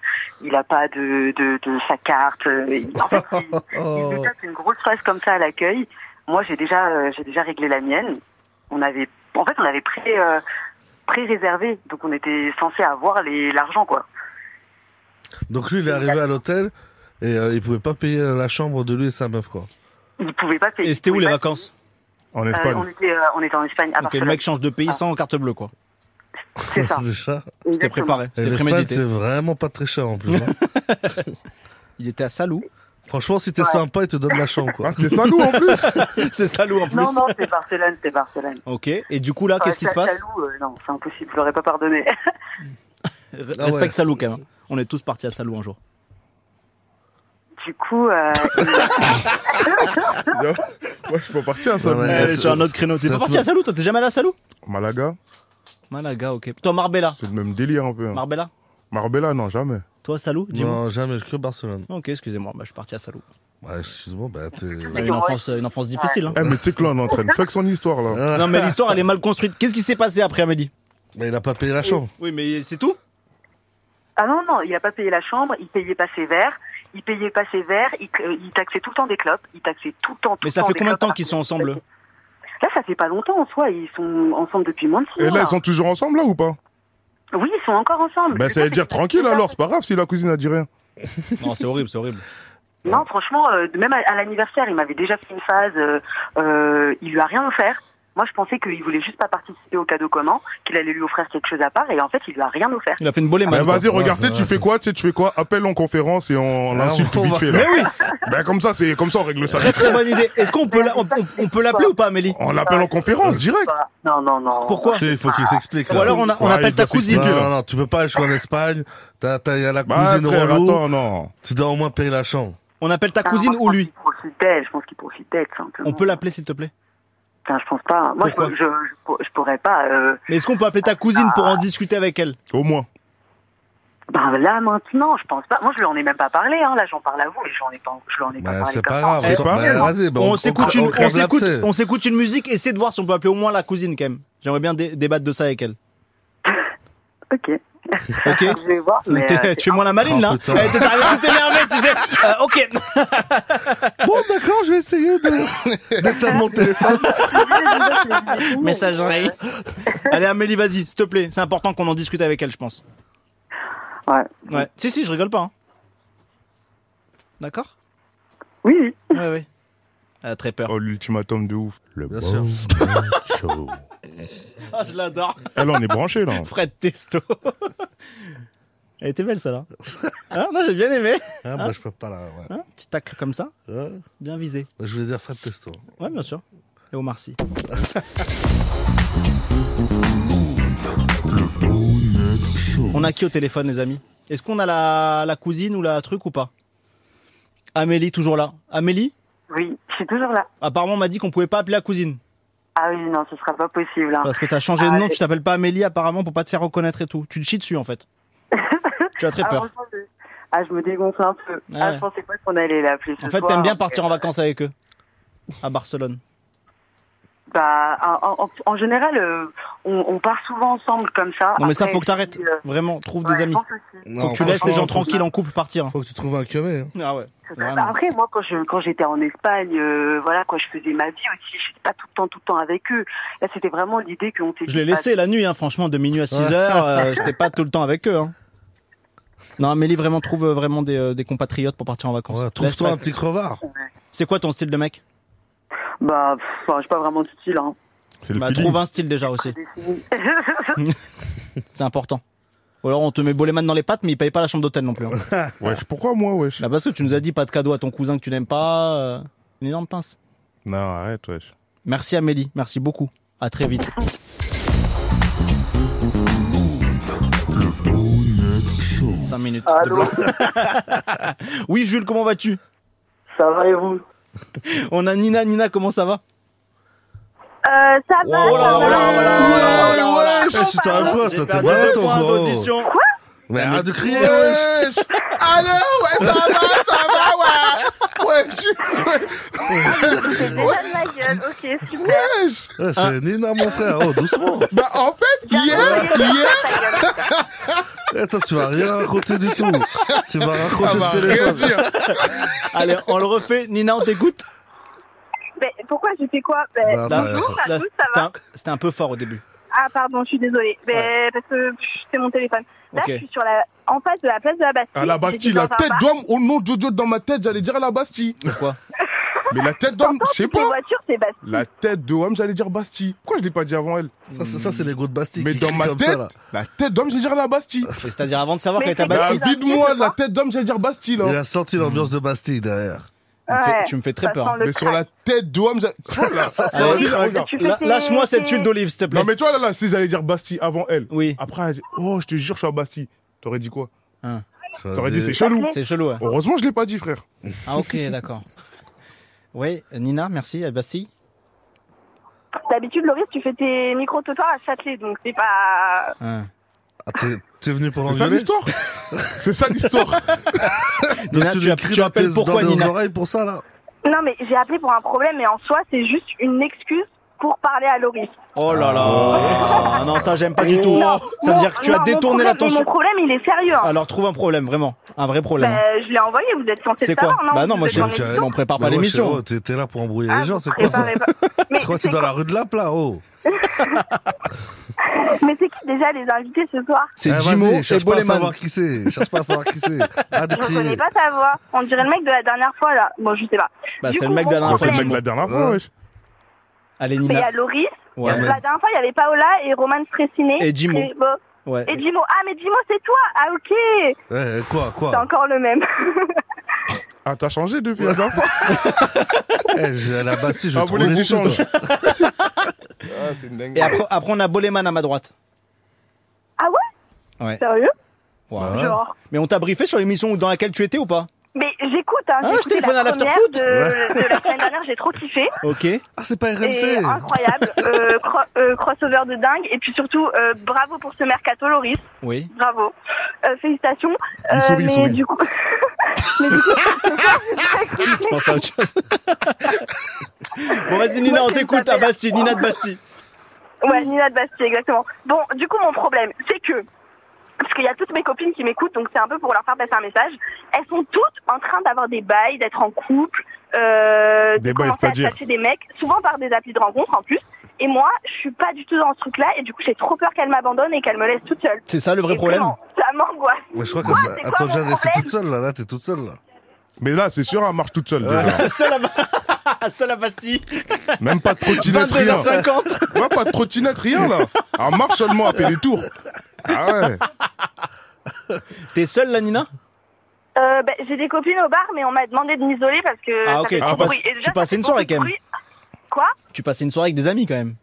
I: Il a pas de de, de sa carte. euh, il- en fait, il-
C: (laughs)
I: Il
C: Oh.
J: Euh,
I: me tape une grosse phrase comme ça à l'accueil. Moi, j'ai déjà, euh, j'ai déjà réglé la mienne. On avait, en fait, on avait pré, euh, pré-réservé, donc on était censé avoir les l'argent, quoi.
C: Donc lui, il est arrivé à l'hôtel et euh, il pouvait pas payer la chambre de lui et sa meuf, quoi.
I: Ils pouvaient pas payer.
B: Et c'était où
I: Ils
B: les
I: pouvaient
B: vacances
D: En
I: pas- Euh,
D: Espagne.
I: on était, euh, on était en Espagne. À
B: Ok, le
I: Barcelone.
B: mec change de pays sans carte bleue quoi.
I: C'est
C: (laughs)
I: ça.
C: Déjà.
B: C'était
I: Exactement.
B: préparé,
C: Et
B: c'était
C: l'Espagne, c'est
B: prémédité.
C: vraiment pas très cher en plus. hein.
B: Il était à Salou.
C: Franchement, si t'es
I: Ouais.
C: sympa, il te donne la chambre, quoi.
D: Ah, c'est ça, nous, en plus
B: (laughs) C'est Salou en plus.
I: Non, non, c'est Barcelone, c'est Barcelone.
B: Ok. Et du coup là, qu'est-ce qui se
I: Ouais,
B: passe
I: Salou, euh, Non, c'est impossible, je l'aurais pas pardonné. (laughs)
B: Respecte
C: Ah ouais.
B: Salou quand même. On est tous partis à Salou un jour.
I: Du coup, euh,
D: Moi, je suis pas parti à ça.
C: Ouais,
D: mais-
C: ouais.
B: Euh, sur un autre créneau. T'es
C: c'est
B: pas
C: un
B: parti
C: peu-
B: à Salou Toi, t'es jamais allé à Salou
D: Malaga,
B: Malaga, ok. Toi, Marbella.
D: c'est le même délire un peu. hein.
B: Marbella.
D: Marbella, non, jamais.
B: Toi, Salou Dis-moi.
C: Non, (laughs) jamais, que Barcelone.
B: Ok, excusez-moi, bah, je suis parti à Salou.
C: Ouais, excuse-moi, bah t'es.
B: Bah,
I: Ouais.
B: une, enfance, une enfance difficile. hein.
D: Eh, mais tu sais que là, on est en train de fuck son histoire, là.
C: Ah,
B: Non, mais l'histoire, elle est mal construite. Qu'est-ce qui s'est passé après, Amélie
C: Mais Bah, il a pas payé la chambre.
B: Oui, mais c'est tout
I: ah non, non, il a pas payé la chambre, il payait pas ses verres, il payait pas ses verres, il, euh, il taxait tout le temps des clopes, il taxait tout le temps. tout
B: Mais
I: le
B: ça
I: temps
B: fait
I: des
B: combien de
I: clopes.
B: temps qu'ils sont ensemble
I: Là, ça fait pas longtemps en soi, ils sont ensemble depuis moins de six
D: Et
I: mois, hein.
D: là, ils sont toujours ensemble, là, ou pas
I: Oui, ils sont encore ensemble.
B: Bah,
D: Ben,
I: C'est
D: ça veut
I: c'est
D: dire
I: que-
D: tranquille, alors, c'est pas grave si la cousine a dit rien.
B: Non, c'est horrible, c'est horrible.
I: Non, franchement, euh, même à, à l'anniversaire, il m'avait déjà fait une phase. Euh, euh, il lui a rien offert. Moi, je pensais qu'il voulait juste pas participer au cadeau commun, qu'il allait lui offrir quelque chose à part, et en fait, il lui a rien offert. (laughs)
B: Il a fait une bolée,
D: Ben,
B: mal.
D: vas-y, regarde, tu sais,
C: ouais,
D: tu fais quoi, tu sais, tu fais quoi Appelle en conférence et on
C: Ah,
D: l'insulte
C: on
D: vite
C: va-
D: fait, là. Mais oui
B: Bah,
D: Ben, comme ça, c'est, comme ça, on règle ça.
B: Très très bonne idée. Est-ce qu'on peut la- on, on- on peut l'appeler ou pas, Amélie
D: On l'appelle en conférence, direct.
I: Bah, non, non, non.
B: Pourquoi
C: Tu sais, Il faut qu'il s'explique.
B: Ou
C: là.
B: alors on, a- on
D: Ouais,
B: appelle
D: il
B: ta
D: doit
B: cousine.
C: Non,
D: s'expliquer,
C: non, non, tu peux pas aller jusqu'en Espagne. T'as, t'as, y a la
D: Bah,
C: cousine
D: frère,
C: relou.
D: attends, non.
C: Tu dois au moins payer la chambre.
B: On appelle ta
I: Ah,
B: cousine
I: moi,
B: ou lui
I: Je pense qu'il profitait, je pense qu'il profitait. tout simplement.
B: On peut l'appeler s'il te plaît.
I: Putain, je pense pas. Moi,
B: Pourquoi
I: je, je, je pour- je pourrais pas. Euh...
B: Mais est-ce qu'on peut appeler ta cousine pour en
I: Ah.
B: discuter avec elle
D: Au moins.
I: Ben, là, maintenant, je pense pas. Moi, je lui en ai même pas parlé. Hein. Là, j'en parle à vous, et j'en ai pas, je lui en ai pas
C: Bah,
I: parlé.
C: c'est
I: comme
C: pas
I: ça.
C: grave.
D: C'est
C: on-
D: pas
C: bah,
D: grave.
C: vas-y, bah,
B: On s'écoute une, on
C: crève
B: s'écoute,
C: l'abcès.
B: on s'écoute une musique. Essayez de voir si on peut appeler au moins la cousine quand même. J'aimerais bien dé- débattre de ça avec elle.
I: Ok.
B: Ok.
I: Je vais voir. Mais,
B: T'es-
I: euh,
B: tu es moins la maline
C: Oh,
B: là.
C: putain.
B: Eh,
C: (laughs)
B: T'es arrivé tout énervé, tu sais. Euh,
D: (laughs)
B: ok.
C: Bon, d'accord, je vais essayer de, d'éteindre mon téléphone.
B: Messagerie. (laughs) Allez Amélie, vas-y, s'il te plaît. C'est important qu'on en discute avec elle, je pense.
I: Ouais.
B: Ouais. Si si, je rigole pas. hein. D'accord.
I: Oui, oui.
B: Ouais ouais. Elle a très peur.
D: Oh, l'ultimatum de ouf. Le
C: Bien sûr.
B: (laughs)
D: show.
B: Ah, je l'adore.
D: Eh, là, on est branché, là.
B: (laughs) Fred
C: (laughs)
B: Testo. Elle était belle, celle-là. (laughs) Ah, non, j'ai bien aimé.
C: Ah, bah, je peux pas là, ouais.
B: Hein, petit tacle comme ça,
C: Ouais. Bah,
B: bien visé.
C: Je voulais dire Fred Testo.
B: Ouais, bien sûr. Et
C: (laughs)
B: Omar Sy. On a qui au téléphone, les amis Est-ce qu'on a la, la cousine ou la truc ou pas Amélie, toujours là. Amélie
I: Oui, je suis toujours là.
B: Apparemment, on m'a dit qu'on pouvait pas appeler la cousine.
I: Ah oui, non, ce sera pas possible. hein.
B: Parce que t'as changé de nom,
I: Allez.
B: tu t'appelles pas Amélie apparemment pour pas te faire reconnaître et tout. Tu te chies dessus en fait.
I: (laughs)
B: tu as très
I: Ah,
B: peur.
I: franchement, je- Ah, je me dégonfle un peu.
B: Ah
I: Ah,
B: ouais.
I: je pensais pas qu'on allait l'appeler. ce
B: En fait,
I: soir,
B: t'aimes bien
I: mais,
B: partir en
I: euh,
B: vacances avec eux. À Barcelone.
I: Bah, en, en- en général, euh, on, on part souvent ensemble comme ça.
B: Non mais
I: Ah,
B: ça
I: Après,
B: faut que t'arrêtes.
I: je dis, euh,
B: Vraiment, trouve
I: ouais,
B: des
I: je
B: amis.
I: pense aussi.
B: Faut
C: Non,
B: que tu laisses les gens
C: franchement,
B: tranquille en couple partir. hein.
C: Faut que tu trouves un curé. hein.
B: Ah ouais.
I: Bah,
B: Vraiment.
I: après, moi, quand je quand j'étais en Espagne, euh, voilà, quoi, je faisais ma vie aussi. Je n'étais pas tout le temps, tout le temps avec eux. Là, c'était vraiment l'idée qu'on s'est.
B: Je l'ai
I: dit, bah,
B: laissé la nuit, hein, franchement, de minuit à 6
C: Ouais. (laughs)
B: heures. euh, J'étais pas tout le temps avec eux. Hein. Non, Amélie, vraiment, trouve euh, vraiment des, euh, des compatriotes pour partir en vacances.
C: Ouais,
B: Laisse
C: trouve-toi
B: pas-
C: un petit crevard.
B: C'est quoi ton style de mec
I: Bah, pff, enfin, j'ai pas vraiment de style.
B: (laughs)
I: Hein. (laughs)
D: C'est le
B: bah,
D: feeling.
B: Trouve un style déjà aussi.
I: C'est fini.
B: C'est important. Ou alors on te met Boleman dans les pattes, mais il paye pas la chambre d'hôtel non plus. hein.
D: Wesh, pourquoi moi, wesh
B: Bah, parce que tu nous as dit pas de cadeau à ton cousin que tu n'aimes pas. euh, Une énorme pince.
D: Non, arrête, wesh.
B: Merci Amélie, merci beaucoup. À très vite. Cinq minutes.
I: Allô,
B: Oui Jules, comment vas-tu
I: ça va et vous
B: On a Nina, Nina, comment ça va
J: Euh, ça va,
B: Oh là,
J: ça
B: oh
J: va.
B: là, oh là, oh là, oh là, oh là.
C: Eh, Si t'arrives pas,
B: J'ai
C: toi, t'es
B: perdu
C: malade,
B: deux
C: toi,
B: points
C: gros.
B: d'audition.
C: Mais arrête de crier, wesh.
D: Wesh Allô, ouais, ça va, ça va, ouais
B: (laughs)
D: Wesh,
J: Déjà de ma gueule, ok, super.
D: wesh
C: Ouais, Eh,
K: Ah.
C: C'est Nina, mon frère. Oh,
K: (laughs)
C: doucement.
D: Bah, en fait, hier, hier,
C: (laughs) Eh, toi, tu vas rien raconter du tout. Tu
D: ça
K: Ah
C: vas
K: bah,
C: raccrocher
D: va
C: ce
D: rien
C: téléphone.
D: dire.
B: Allez, on le refait. Nina, on t'écoute
J: Mais pourquoi j'ai fait quoi Ben,
C: Bah, bah,
J: bonjour à
B: Là,
J: tous, ça
B: C'était
J: va
B: un, c'était un peu fort au début.
J: Ah pardon, je suis désolée. Mais parce que pff, c'est mon téléphone. Là,
B: Ok.
J: je suis sur la, en face
K: Ah,
J: de la place de la Bastille.
D: À la Bastille, la
J: J'étais dans un
D: tête
J: bar.
D: d'homme, au nom de Dieu dans ma tête, j'allais dire à la Bastille.
B: Pourquoi
K: (laughs) Mais la tête d'homme, je sais
J: Toutes les
K: pas.
J: voitures, c'est Bastille.
K: La tête de homme, j'allais dire Bastille. Pourquoi je l'ai pas dit avant elle
C: Ça, c'est- ça, c'est l'ego de Bastille
K: Mais
C: qui
K: dans
C: crie
K: ma
C: comme ça,
K: tête,
C: là.
K: la tête d'homme, j'ai dire la
B: (laughs)
K: Bastille.
B: C'est-à-dire avant de savoir
K: Mais
B: qu'elle est à
K: c'est
B: Bastille.
K: Bah, vide-moi de la tête d'homme, j'allais dire Bastille. hein.
C: Il a senti l'ambiance de Bastille derrière.
B: Tu me fais- tu me fais très peur.
K: hein. Mais sur la tête d'homme, j'ai- (laughs) Oh là,
C: Ça,
B: c'est horrible.
K: regarde.
B: Tu fais Là- tes- lâche-moi cette huile d'olive, s'il te plaît.
K: Non, mais tu vois, là, là, si j'allais dire Bastille avant elle.
B: Oui.
K: Après, elle dit, oh, je te jure, je suis à Bastille. T'aurais dit quoi
B: Hein.
K: T'aurais dit,
C: Vas-y.
K: c'est chelou.
B: C'est chelou, ouais.
K: Heureusement, je l'ai pas dit, frère.
B: Ah, ok, d'accord. Oui, Nina, merci. Eh, Bastille
J: D'habitude, Loris, tu fais tes micro-trottoirs à Châtelet, donc c'est pas.
B: Hein.
C: Ah, t'es- T'es venu pour
K: C'est ça
C: (laughs) l'engueuler
K: l'histoire C'est ça l'histoire
B: Nina,
C: Donc tu
B: tu
C: lui
B: app-
C: cries
B: tu
C: dans
B: appelles
C: tes-
B: pourquoi,
C: dans nos
B: Nina
C: oreilles pour ça, là
J: Non, mais j'ai appelé pour un problème, mais en soi, c'est juste une excuse pour parler à Loris.
B: Oh là
L: Ah.
B: là. Ah, Non, ça, j'aime pas du tout.
J: Non,
B: ça veut
J: non,
B: dire que tu
J: non,
B: as
J: mon
B: détourné
J: problème-
B: l'attention.
J: Mon problème, il est sérieux. hein.
B: Alors, trouve un problème, vraiment. Un vrai problème. hein.
J: Bah, je l'ai envoyé, vous êtes censé
B: C'est
J: le
B: quoi
J: savoir, non
B: Bah non,
J: Vous
B: moi,
J: êtes
B: j'ai-
J: dans
B: Ok.
J: l'émission.
B: on prépare pas
C: Mais wesh,
B: l'émission.
C: oh, T'es t'es là pour embrouiller les gens, c'est quoi ça
J: Préparez
B: (laughs)
J: pas. Mais
C: Tu crois que t'es dans la rue de la plat, oh
J: mais c'est qui déjà les invités ce soir
B: C'est
C: Eh, vas-y,
B: Jimo et
C: Cherche pas à
B: Boleman.
C: savoir qui c'est. Cherche pas à savoir
J: (laughs)
C: qui c'est. Arrête de
J: Je
C: crier.
J: reconnais pas ta voix. On dirait le mec de la dernière fois là. Bon, je sais pas.
B: Bah,
J: Du
B: c'est
J: coup,
B: le mec
J: mon
B: de la dernière
J: problème,
B: fois.
K: C'est le mec
B: Jimo.
K: de la dernière fois,
C: Ouais.
K: wesh.
B: Allez,
J: c'est Il y a
B: Nina.
J: Loris.
B: Ouais.
J: La dernière fois, il y avait Paola et Roman Stressiné.
B: Et Jimo.
J: Et, bon.
B: Ouais.
J: Et Jimo. Ah, mais Jimo, c'est toi Ah, ok
C: (laughs) Eh, eh, quoi,
J: C'est
C: quoi
J: encore le même. (laughs)
K: Ah, t'as changé depuis la dernière fois
C: (laughs) Eh, je- à la Bastille, je
K: Ah,
C: vais
K: vous
C: te
K: voulez
C: rouler
K: que
C: dessus,
K: je
C: toi.
K: (laughs) Ah, c'est une dingue.
B: Et après, après, on a Boleman à ma droite.
J: ah ouais
B: Ouais.
J: Sérieux
B: Wow.
C: Bah Ah Ouais.
J: Genre.
B: Mais on t'a briefé sur l'émission dans laquelle tu étais ou pas
J: Mais j'écoute, hein.
B: Ah,
J: j'ai
B: je
J: écouté
B: téléphone
J: la
B: à l'after
J: première
B: foot (laughs)
J: de, de la semaine dernière, j'ai trop kiffé.
B: Ok.
C: Ah, c'est pas
J: Et
C: RMC
J: incroyable. Euh, cro- euh, crossover de dingue. Et puis surtout, euh, bravo pour ce mercato, Loris.
B: Oui.
J: Bravo. Euh, félicitations. Euh,
C: Il sourit, il
J: mais
C: sourit.
J: du coup. (laughs)
B: Je pense à autre chose. (laughs) bon, vas-y, Nina, on
J: Moi, c'est
B: t'écoute.
J: ça,
B: Ah, Bastille, Nina de Bastille.
J: Ouais, Nina de Bastille, exactement. Bon, du coup, mon problème, c'est que. Parce qu'il y a toutes mes copines qui m'écoutent, donc c'est un peu pour leur faire passer un message. Elles sont toutes en train d'avoir des bails, d'être en couple, euh, de
K: Des bails,
J: commencer à
K: c'est-à-dire
J: chercher des mecs, souvent par des applis de rencontre en plus. Et moi, je suis pas du tout dans ce truc-là, et du coup, j'ai trop peur qu'elles m'abandonnent et qu'elles me laissent toute seule.
B: C'est ça le vrai
J: Et
B: problème
J: vraiment, Ça m'angoisse.
C: Mais hein. je crois
J: Quoi,
C: que ça.
J: c'est quoi
C: Attends,
J: mon
C: déjà, laissé
J: problème
C: toute seule, là. Là, t'es toute seule, là.
K: Mais là, c'est sûr, elle marche toute seule. déjà.
B: Seul (laughs) à, Ba- seul à Bastille.
K: Même pas de trottinette, rien.
B: 22h50.
K: (laughs) Ouais, pas de trottinette, rien, là. Elle marche seulement, elle fait des tours. Ah ouais.
B: T'es seule, là, Nina
J: Euh, ben, j'ai des copines au bar, mais on m'a demandé de m'isoler parce que.
B: Ah,
J: ça
B: ok,
J: fait
B: tu
J: trop de
B: passes-
J: bruit. Et
B: tu
J: déjà, ça
B: passais
J: fait
B: une soirée,
J: beaucoup de
B: quand même.
J: bruit. Quoi
B: Tu passais une soirée avec des amis quand même.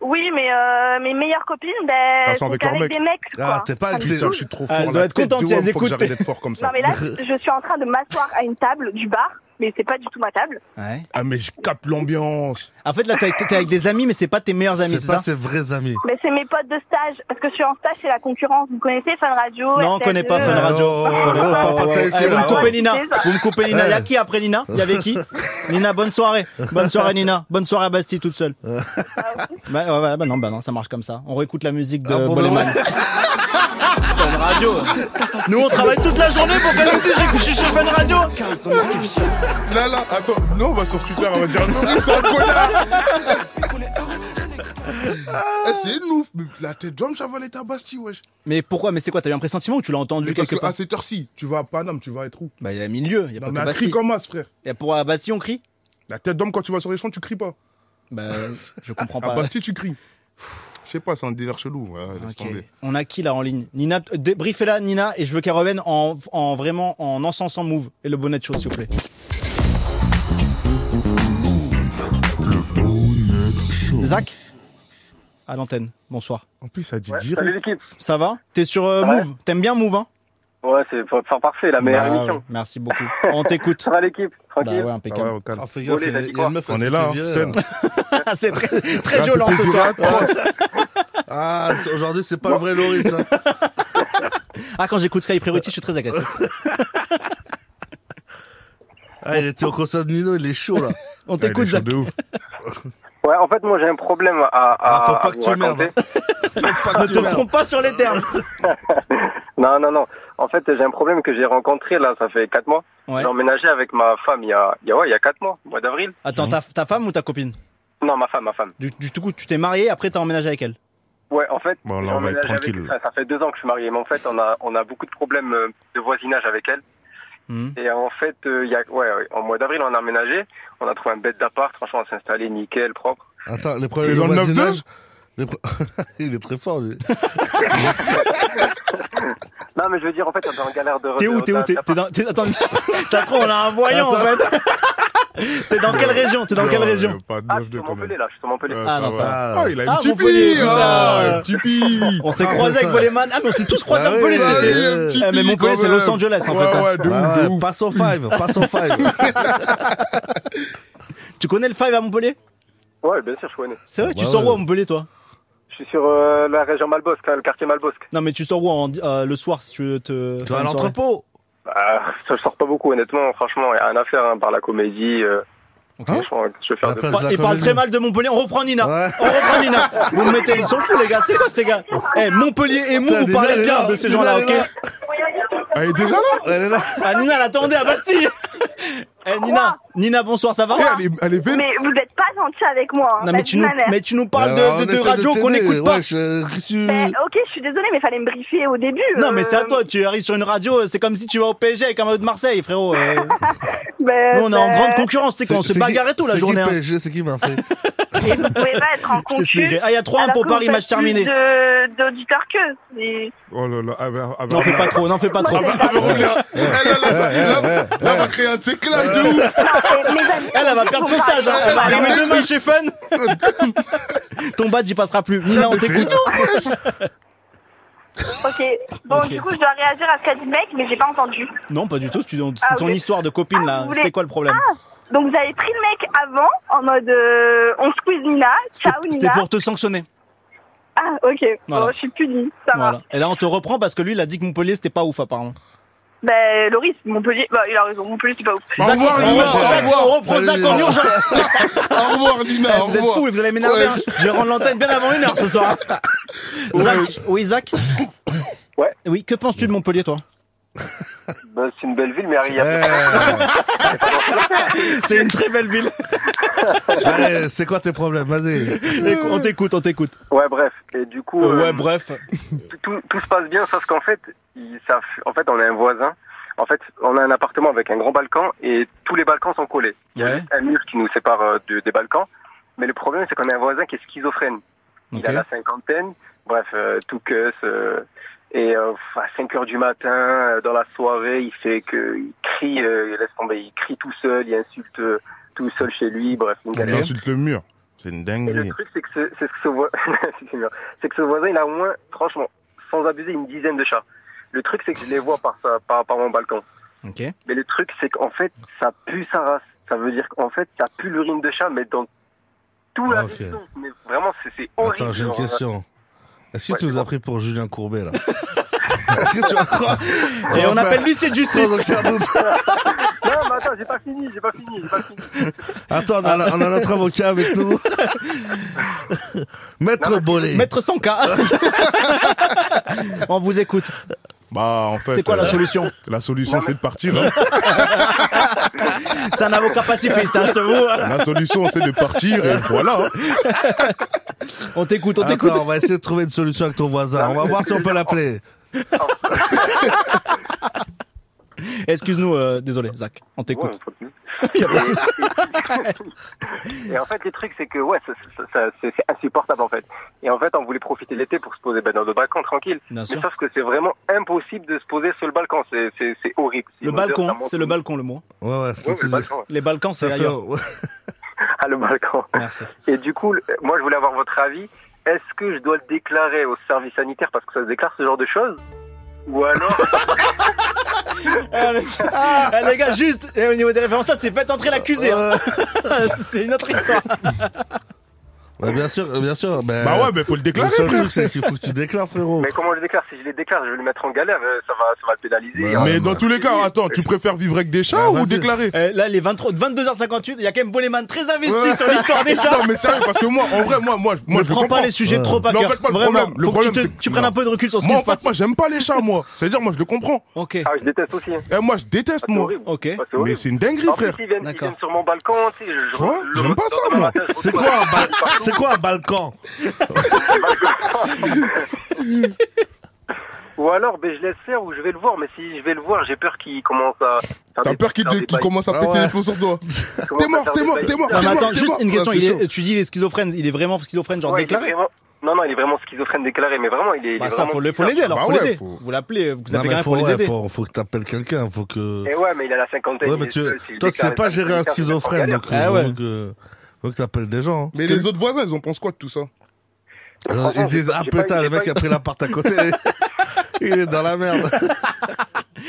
J: Oui, mais euh, mes meilleures copines, ben,
K: Elles sont
J: sont
K: avec
J: avec,
K: leurs mecs.
J: des mecs.
C: Ah,
J: quoi.
C: t'es pas avec
K: Putain, je suis trop fort.
B: Ah, elles
K: la
B: doivent être
K: tête de
B: contentes si
K: homme,
B: elles
K: faut que
B: écoutent.
K: J'arrête d'être fort comme
J: Non,
K: ça.
J: mais
B: (laughs)
J: là, je je suis en train de m'asseoir à une table du bar, mais c'est pas du tout ma table.
B: Ouais.
K: Ah, mais je capte l'ambiance.
B: En fait, là, t'es t'es avec des amis, mais c'est pas tes meilleurs amis,
C: C'est
B: c'est
C: pas
B: ça
C: ses vrais amis.
J: Mais c'est mes potes de stage, parce que je suis en stage chez la concurrence. Vous connaissez Fun Radio
B: Non, on
J: RTL2,
B: connaît pas Fun
J: euh,
B: Radio.
C: Oh,
B: On connaît
C: oh,
B: pas,
C: papa,
B: ouais,
C: ça,
B: ouais.
C: c'est
B: Allez, Vous
C: là,
B: me coupez
J: ouais.
B: Nina. Vous me coupez Nina. Il y a qui après Nina Il y avait qui Nina, bonne soirée. Bonne soirée Nina. Bonne soirée à Bastille toute seule. Bah,
K: Ah,
B: ouais, ouais, bah non, bah non, ça marche comme ça. On réécoute la musique de
C: Ah, bon,
B: Boleman. (laughs)
K: bah,
C: (laughs)
B: Fun Radio. Nous on travaille toute la journée pour faire écouter J'ai couché chez Fun Radio.
K: Là, là, attends. Non, on va sur Twitter, on va dire non, c'est un connard. Eh, C'est une ouf. Mais la tête d'homme, j'avale ta Bastille, wesh.
B: Mais pourquoi Mais c'est quoi T'as eu un pressentiment ou tu l'as entendu
K: Mais Parce
B: quelque
K: qu'à
B: part
K: cette heure-ci, tu vas à Paname, tu vas être où
B: Bah il y a milieu. Il y a
K: Non,
B: pas
K: mais
B: que
K: elle crie
B: Bastille.
K: comme as, frère.
B: Et pour euh, Bastille on crie
K: La tête d'homme, quand tu vas sur les champs, tu cries pas.
B: Bah je comprends
K: À
B: pas.
K: Bastille, Ah bah, tu cries. Je sais pas, c'est un délire chelou. Ouais, laisse
B: Ok.
K: tomber.
B: On a qui là en ligne Nina, débriefez-la Nina et je veux qu'elle revienne en, en vraiment en encensant Move et le bonnet de chaud s'il vous plaît. Zach À l'antenne, bonsoir.
K: En plus, elle dit
L: Ouais,
K: direct.
L: salut l'équipe.
B: Ça va T'es sur euh,
L: Ça va
B: Move T'aimes bien Move hein
L: Ouais, c'est enfin parfait, la meilleure
B: Bah,
L: émission. (laughs)
B: Merci beaucoup. On t'écoute.
L: Ça va l'équipe
B: Bah
L: Tranquille
B: ouais,
K: Ah
B: impeccable.
K: ouais, au calme.
C: Ah, fais
L: gaffe,
C: gaffe,
L: Olé,
C: il y a-
L: vas-y,
C: il y a
L: quoi.
C: une meuf, elle
K: On
C: s'est
K: est là,
C: fait
K: hein,
C: virer,
K: Stan.
B: (laughs) (laughs) C'est très, très
K: Là,
B: violent
K: tu fais
B: ce soir.
K: du rap, hein. (laughs)
C: Ah, aujourd'hui, c'est pas le vrai Loris, hein.
B: (laughs) Ah, quand j'écoute Sky Priority, je suis
K: (laughs)
B: très agressif.
C: Ah, il était au concert de Nino, il est chaud, là.
B: (laughs) On
K: Ah, il est
B: t'écoute,
K: chaud
B: Zach.
K: de ouf.
L: Ouais, en fait, moi j'ai un problème à, à,
C: Ah, faut pas
L: à
C: que
L: vous
C: tu merdes.
L: raconter.
K: Ah,
B: Ne te trompe pas sur les
K: (laughs)
B: termes.
L: Non, non, non. En fait, j'ai un problème que j'ai rencontré là, ça fait 4 mois.
B: Ouais.
L: J'ai emménagé avec ma femme il y a, il y a, ouais, il y a 4 mois, mois d'avril.
B: Attends, ta, ta femme ou ta copine
L: Non, ma femme, ma femme.
B: du, du coup, tu t'es marié, après t'as emménagé avec elle.
L: Ouais, en fait,
K: Bon, là,
L: j'ai
K: on va
L: emménagé
K: être tranquille.
L: Avec, ça, ça fait 2 ans que je suis marié, mais en fait, on a, on a beaucoup de problèmes euh, de voisinage avec elle.
B: Mhm.
L: Et en fait, euh, il y a, ouais, ouais, en mois d'avril, on a emménagé. On a trouvé un bête d'appart. Franchement, on s'est installé nickel, propre.
C: Attends, les
L: T'es
C: problèmes
L: dans
C: de
L: le 9-2?
C: voisinage. les pro- (laughs) Il est très fort, lui.
L: Non, mais je veux dire, en fait, on est en galère de.
B: T'es où, t'es où, t'es t'es dans, t'es-
L: (laughs)
B: attends, ça se trouve, on a un voyant, en fait. t'es dans quelle région? T'es dans quelle région?
L: Ah, je suis sur Montpellier, là. Je suis sur Montpellier.
B: Ah, non, ça va.
L: Ah,
K: il a
B: Ah,
K: une petite
B: Montpellier,
K: pie
B: putain.
K: Ah, une petite pie
B: On s'est croisés avec Boleman. Ah, mais on s'est tous croisés à
K: Ah oui,
B: Montpellier,
K: ouais,
B: c'était.
K: il y a un petit
B: Eh, mais
K: pic,
B: Montpellier,
K: quand
B: c'est
K: même.
B: Los Angeles, en
K: Ouais,
B: fait. hein.
K: ouais, de ouf,
C: Ah ouais, Passe au five, passe au five.
K: (laughs)
B: Tu connais le Five à Montpellier?
L: Ouais, bien sûr, je connais.
B: C'est vrai, tu
C: Bah
B: sors où à Montpellier, toi?
L: Je suis sur euh, la région Malbosque, hein, le quartier Malbosque.
B: Non, mais tu sors où en- euh, le soir, si tu veux te.
L: vas à l'entrepôt Bah, ça, je sors pas beaucoup, honnêtement. Franchement, il y a rien à faire hein, par la comédie. euh, franchement, qu'est-ce que je vais faire de
B: Il parle- Il parle très mal de Montpellier. On reprend Nina. On reprend Nina. Vous me mettez, ils sont fous, les gars. C'est quoi ces gars Eh, Montpellier et Mou,
C: Putain, Nina,
B: vous
C: elle
B: parlez
C: est
B: bien
C: là.
B: de ces
C: Nina,
B: gens-là,
C: elle
B: ok
C: est là. Elle est déjà là Elle est là.
B: Ah, Nina, elle attendait à (laughs) Bastille. Eh, Nina, Nina, bonsoir, ça va
C: Eh,
J: Mais vous n'êtes pas gentil avec moi. hein,
B: Non,
J: la
B: mais tu,
J: vie de
B: nous,
J: ma mère.
B: mais tu nous parles de- de, de radio qu'on n'écoute pas.
J: Ben, ok, je suis désolée, mais fallait me briefer au début.
B: Non,
J: euh,
B: mais c'est à toi. Tu arrives sur une radio, c'est comme si tu vas au PSG avec un mot de Marseille, frérot. euh.
J: ben,
B: Nous, on est en
J: ben,
B: grande concurrence. C'est qu'on se
C: qui-
B: bagarre et tout la
C: c'est qui
B: journée. hein.
C: PSG, C'est qui Marseille
J: Et vous pouvez pas
B: (laughs)
J: être en
B: t'expliquerai.
J: concu.
B: Ah, il y a 3-1
J: alors
B: pour
J: que vous
B: Paris,
J: faites
B: match terminé.
J: plus de- D'auditeurs que. Mais-
K: Oh là là, ah bah, ah bah,
B: N'en
K: ah
B: fais
K: bah,
B: pas trop, n'en fais pas trop.
K: Là, on va créer un de ces clashs de ouf
B: Elle, elle va perdre son stage. hein. Elle va arriver demain chez Fun. (laughs) Ton badge, il passera plus. Nina, on t'écoute.
J: Ok. Bon,
B: (laughs) Ok.
J: du coup, je dois réagir à ce qu'a dit le mec, mais j'ai pas entendu.
B: (laughs) Non, pas du tout. tu-
J: Ah,
B: C'est ton
J: ok.
B: histoire de copine,
J: Vous
B: là.
J: voulez-
B: C'était quoi le problème
J: Ah Donc, vous avez pris le mec avant, en mode euh, on squeeze Nina, ciao
B: C'était
J: Nina.
B: pour te sanctionner.
J: Ah, ok. Bon,
B: Voilà.
J: je suis punie, ça va.
B: Voilà. Et là, on te reprend parce que lui, il a dit que Montpellier, c'était pas ouf, apparemment.
J: Ben, Loris, Montpellier, bah, il a raison, Montpellier, c'est pas ouf.
B: Zach, on reprend Zach, on reprend Zach en urgence.
K: (laughs) Au revoir, Nina,
B: Eh,
K: au
B: Vous êtes
K: revoir.
B: fous, vous allez
K: Ouais.
B: m'énerver. hein. Je vais rendre l'antenne bien avant une heure ce soir. hein. Zach, oui, Zach
L: Ouais.
B: Oui, que penses-tu de Montpellier, toi
L: Bah, c'est une belle ville, mais il y a. (laughs)
B: C'est une très belle ville.
C: Allez, c'est quoi tes problèmes Vas-y.
B: Écou- On t'écoute, on t'écoute.
L: Ouais, bref. Et du coup.
B: Euh,
L: euh,
B: Ouais, bref.
L: tout, tout se passe bien, sauf qu'en fait, il- ça, f- en fait, on a un voisin. En fait, on a un appartement avec un grand balcon et tous les balcons sont collés. Il y a
B: Ouais.
L: juste un mur qui nous sépare euh, de- des balcons. Mais le problème, c'est qu'on a un voisin qui est schizophrène. Il a la cinquantaine, bref, euh, tout cusse. euh, et euh, pff, à 5 heures du matin, euh, dans la soirée, il fait que il crie, euh, il laisse tomber, il crie tout seul, il insulte euh, tout seul chez lui, bref, une
K: Il
L: galère.
K: insulte le mur. C'est une
L: Et le
K: dinguerie.
L: truc, c'est que ce, c'est que ce voi- (laughs) c'est bien. C'est que ce voisin, il a au moins, franchement, sans abuser, une dizaine de chats. Le truc, c'est que je les vois par, sa- par, par mon balcon.
B: Ok.
L: Mais le truc, c'est qu'en fait, ça pue sa race. Ça veut dire qu'en fait, ça pue l'urine de chat, mais dans tout la
C: Ok.
L: maison. Mais vraiment, c'est c'est horrible.
C: Attends, j'ai une
L: genre, (laughs)
C: question. Est-ce que
L: Ouais,
C: tu
L: c'est
C: nous as
L: bon.
C: pris pour Julien Courbet, là Est-ce que tu as crois
B: Et on appelle l'huissier de
L: (laughs)
B: justice.
L: non, mais attends, j'ai pas fini, j'ai pas fini, j'ai pas fini.
C: (laughs) Attends, on a, on a notre avocat avec nous. (laughs) Maître Bolé.
B: Maître (laughs) 100K. on vous écoute.
K: Bah, en fait.
B: C'est quoi la
K: euh,
B: solution
K: La solution, c'est de partir.
B: (laughs)
K: hein.
B: C'est un avocat pacifiste, hein, je t'avoue.
K: La solution, c'est de partir. Et voilà. hein.
B: On t'écoute, on t'écoute.
C: Attends, on va essayer de trouver une solution avec ton voisin. On va voir si on peut l'appeler.
B: (laughs) Excuse-nous, euh, désolé, Zach, on
L: Ouais,
B: t'écoute.
L: faut tenir.
B: Y a pas de souci.
L: Et en fait, le truc, c'est que ouais, ça- ça- ça- c'est c'est insupportable en fait. Et en fait, on voulait profiter de l'été pour se poser ben, dans le balcon tranquille.
B: Bien
L: Mais
B: sûr.
L: sauf que c'est vraiment impossible de se poser sur le balcon. C'est- C'est c'est horrible. C'est
B: Le
L: une odeur,
B: balcon,
L: ça monte.
B: c'est le balcon le mot.
C: Ouais, ouais.
L: Ouais, le balcon.
B: Les Balkans, c'est
C: Ça fait-
B: ailleurs.
L: (laughs) Ah, le balcon.
B: Merci.
L: Et du coup, le- moi, je voulais avoir votre avis. Est-ce que je dois le déclarer au service sanitaire parce que ça se déclare ce genre de choses Ou alors
K: (laughs)
B: Eh, les- (laughs) eh, les gars, juste, et au niveau des références, ça c'est fait entrer l'accusé. hein. (laughs) c'est une autre histoire.
C: Ouais, bien sûr, euh, bien sûr. Ben,
K: Bah ouais, mais faut le déclarer,
C: Le seul
K: frère.
C: truc, c'est qu'il faut que tu déclares, frérot.
L: Mais comment je le déclare Si je le déclare, je vais le mettre en galère. euh, Ça va, ça va le pénaliser.
C: Ouais,
L: Et en-
K: Bah, Mais dans tous les cas, attends, tu préfères vivre avec des chats ou déclarer
B: Eh, là, les 23, 22h58, il y a quand même Boleman très investi sur l'histoire des chats.
K: Ah, Non, mais sérieux, parce que moi, en vrai, moi, moi, moi
B: ne
K: je le
B: prends pas
K: comprends.
B: les sujets trop à
K: Mais en
B: cœur.
K: fait, moi, le
B: Vraiment,
K: problème, le
B: faut que
K: problème,
B: tu, te-
K: c'est que-
B: tu prennes un peu de recul sur ce
K: Moi,
B: qui
K: en
B: se passe.
K: fait, moi, j'aime pas les chats, moi. C'est-à-dire, moi, je le comprends.
B: Ok,
L: Ah, je déteste aussi. hein.
K: Et moi, je déteste,
L: Ah, c'est
K: moi.
L: horrible.
B: ok.
L: Ah, c'est
K: Mais
L: horrible.
K: c'est une dinguerie,
L: En
K: frère.
L: plus, ils viennent, ils
B: D'accord.
L: viennent sur mon balcon, tu sais, je- je-
K: Tu vois
L: le-
K: J'aime pas
L: dans-
K: ça,
L: dans
K: moi. bah,
L: ma tête, je
C: (laughs) C'est
L: retrouve-
C: quoi, un bal-
K: (laughs)
C: c'est quoi un balcon
L: Ou alors, ben, je laisse faire ou je vais le voir. Mais si je vais le voir, j'ai peur qu'il commence à. faire
K: T'as
L: des-
K: peur qu'il
L: faire
K: te-
L: des
K: qu'il
L: bails.
K: commence
B: Ah
K: à péter les plombs sur toi. T'es mort, t'es mort, t'es mort.
B: Non,
K: t'es
B: mais
K: mort,
B: attends,
K: t'es
B: juste
K: mort.
B: une question.
K: Ah,
B: il
K: c'est
B: est-
K: chaud.
B: tu dis il est schizophrène. Il est vraiment schizophrène, genre
L: Ouais, il est
B: déclaré
L: vraiment- Non, non, il est vraiment schizophrène déclaré, mais vraiment, il est. il est
B: Bah ça,
L: vraiment
B: faut le- faut
L: bizarre.
B: l'aider alors.
K: Bah
B: faut
K: ouais,
B: l'aider.
K: faut-
B: Vous l'appelez, vous
C: Non,
B: appelez
C: mais
B: quelqu'un
C: faut,
B: pour les
C: ouais,
B: aider.
C: faut, faut que t'appelles quelqu'un, faut que.
L: Et ouais, mais il a la cinquantaine.
C: Ouais,
L: il
C: mais
L: est
C: tu,
L: seul, s'il
C: toi, tu sais
L: déclare
C: pas
L: la
C: gérer un
L: cinquantaine, c'est
C: schizophrène,
L: galère.
C: donc
B: Ah
C: faut
B: ouais.
C: que, faut que t'appelles des gens.
K: Mais
C: Parce
K: les autres voisins, ils en pensent quoi de tout ça
C: que- euh, ils se disent, ah putain, le mec a pris l'appart à côté. (laughs) il est dans la merde.
K: (laughs)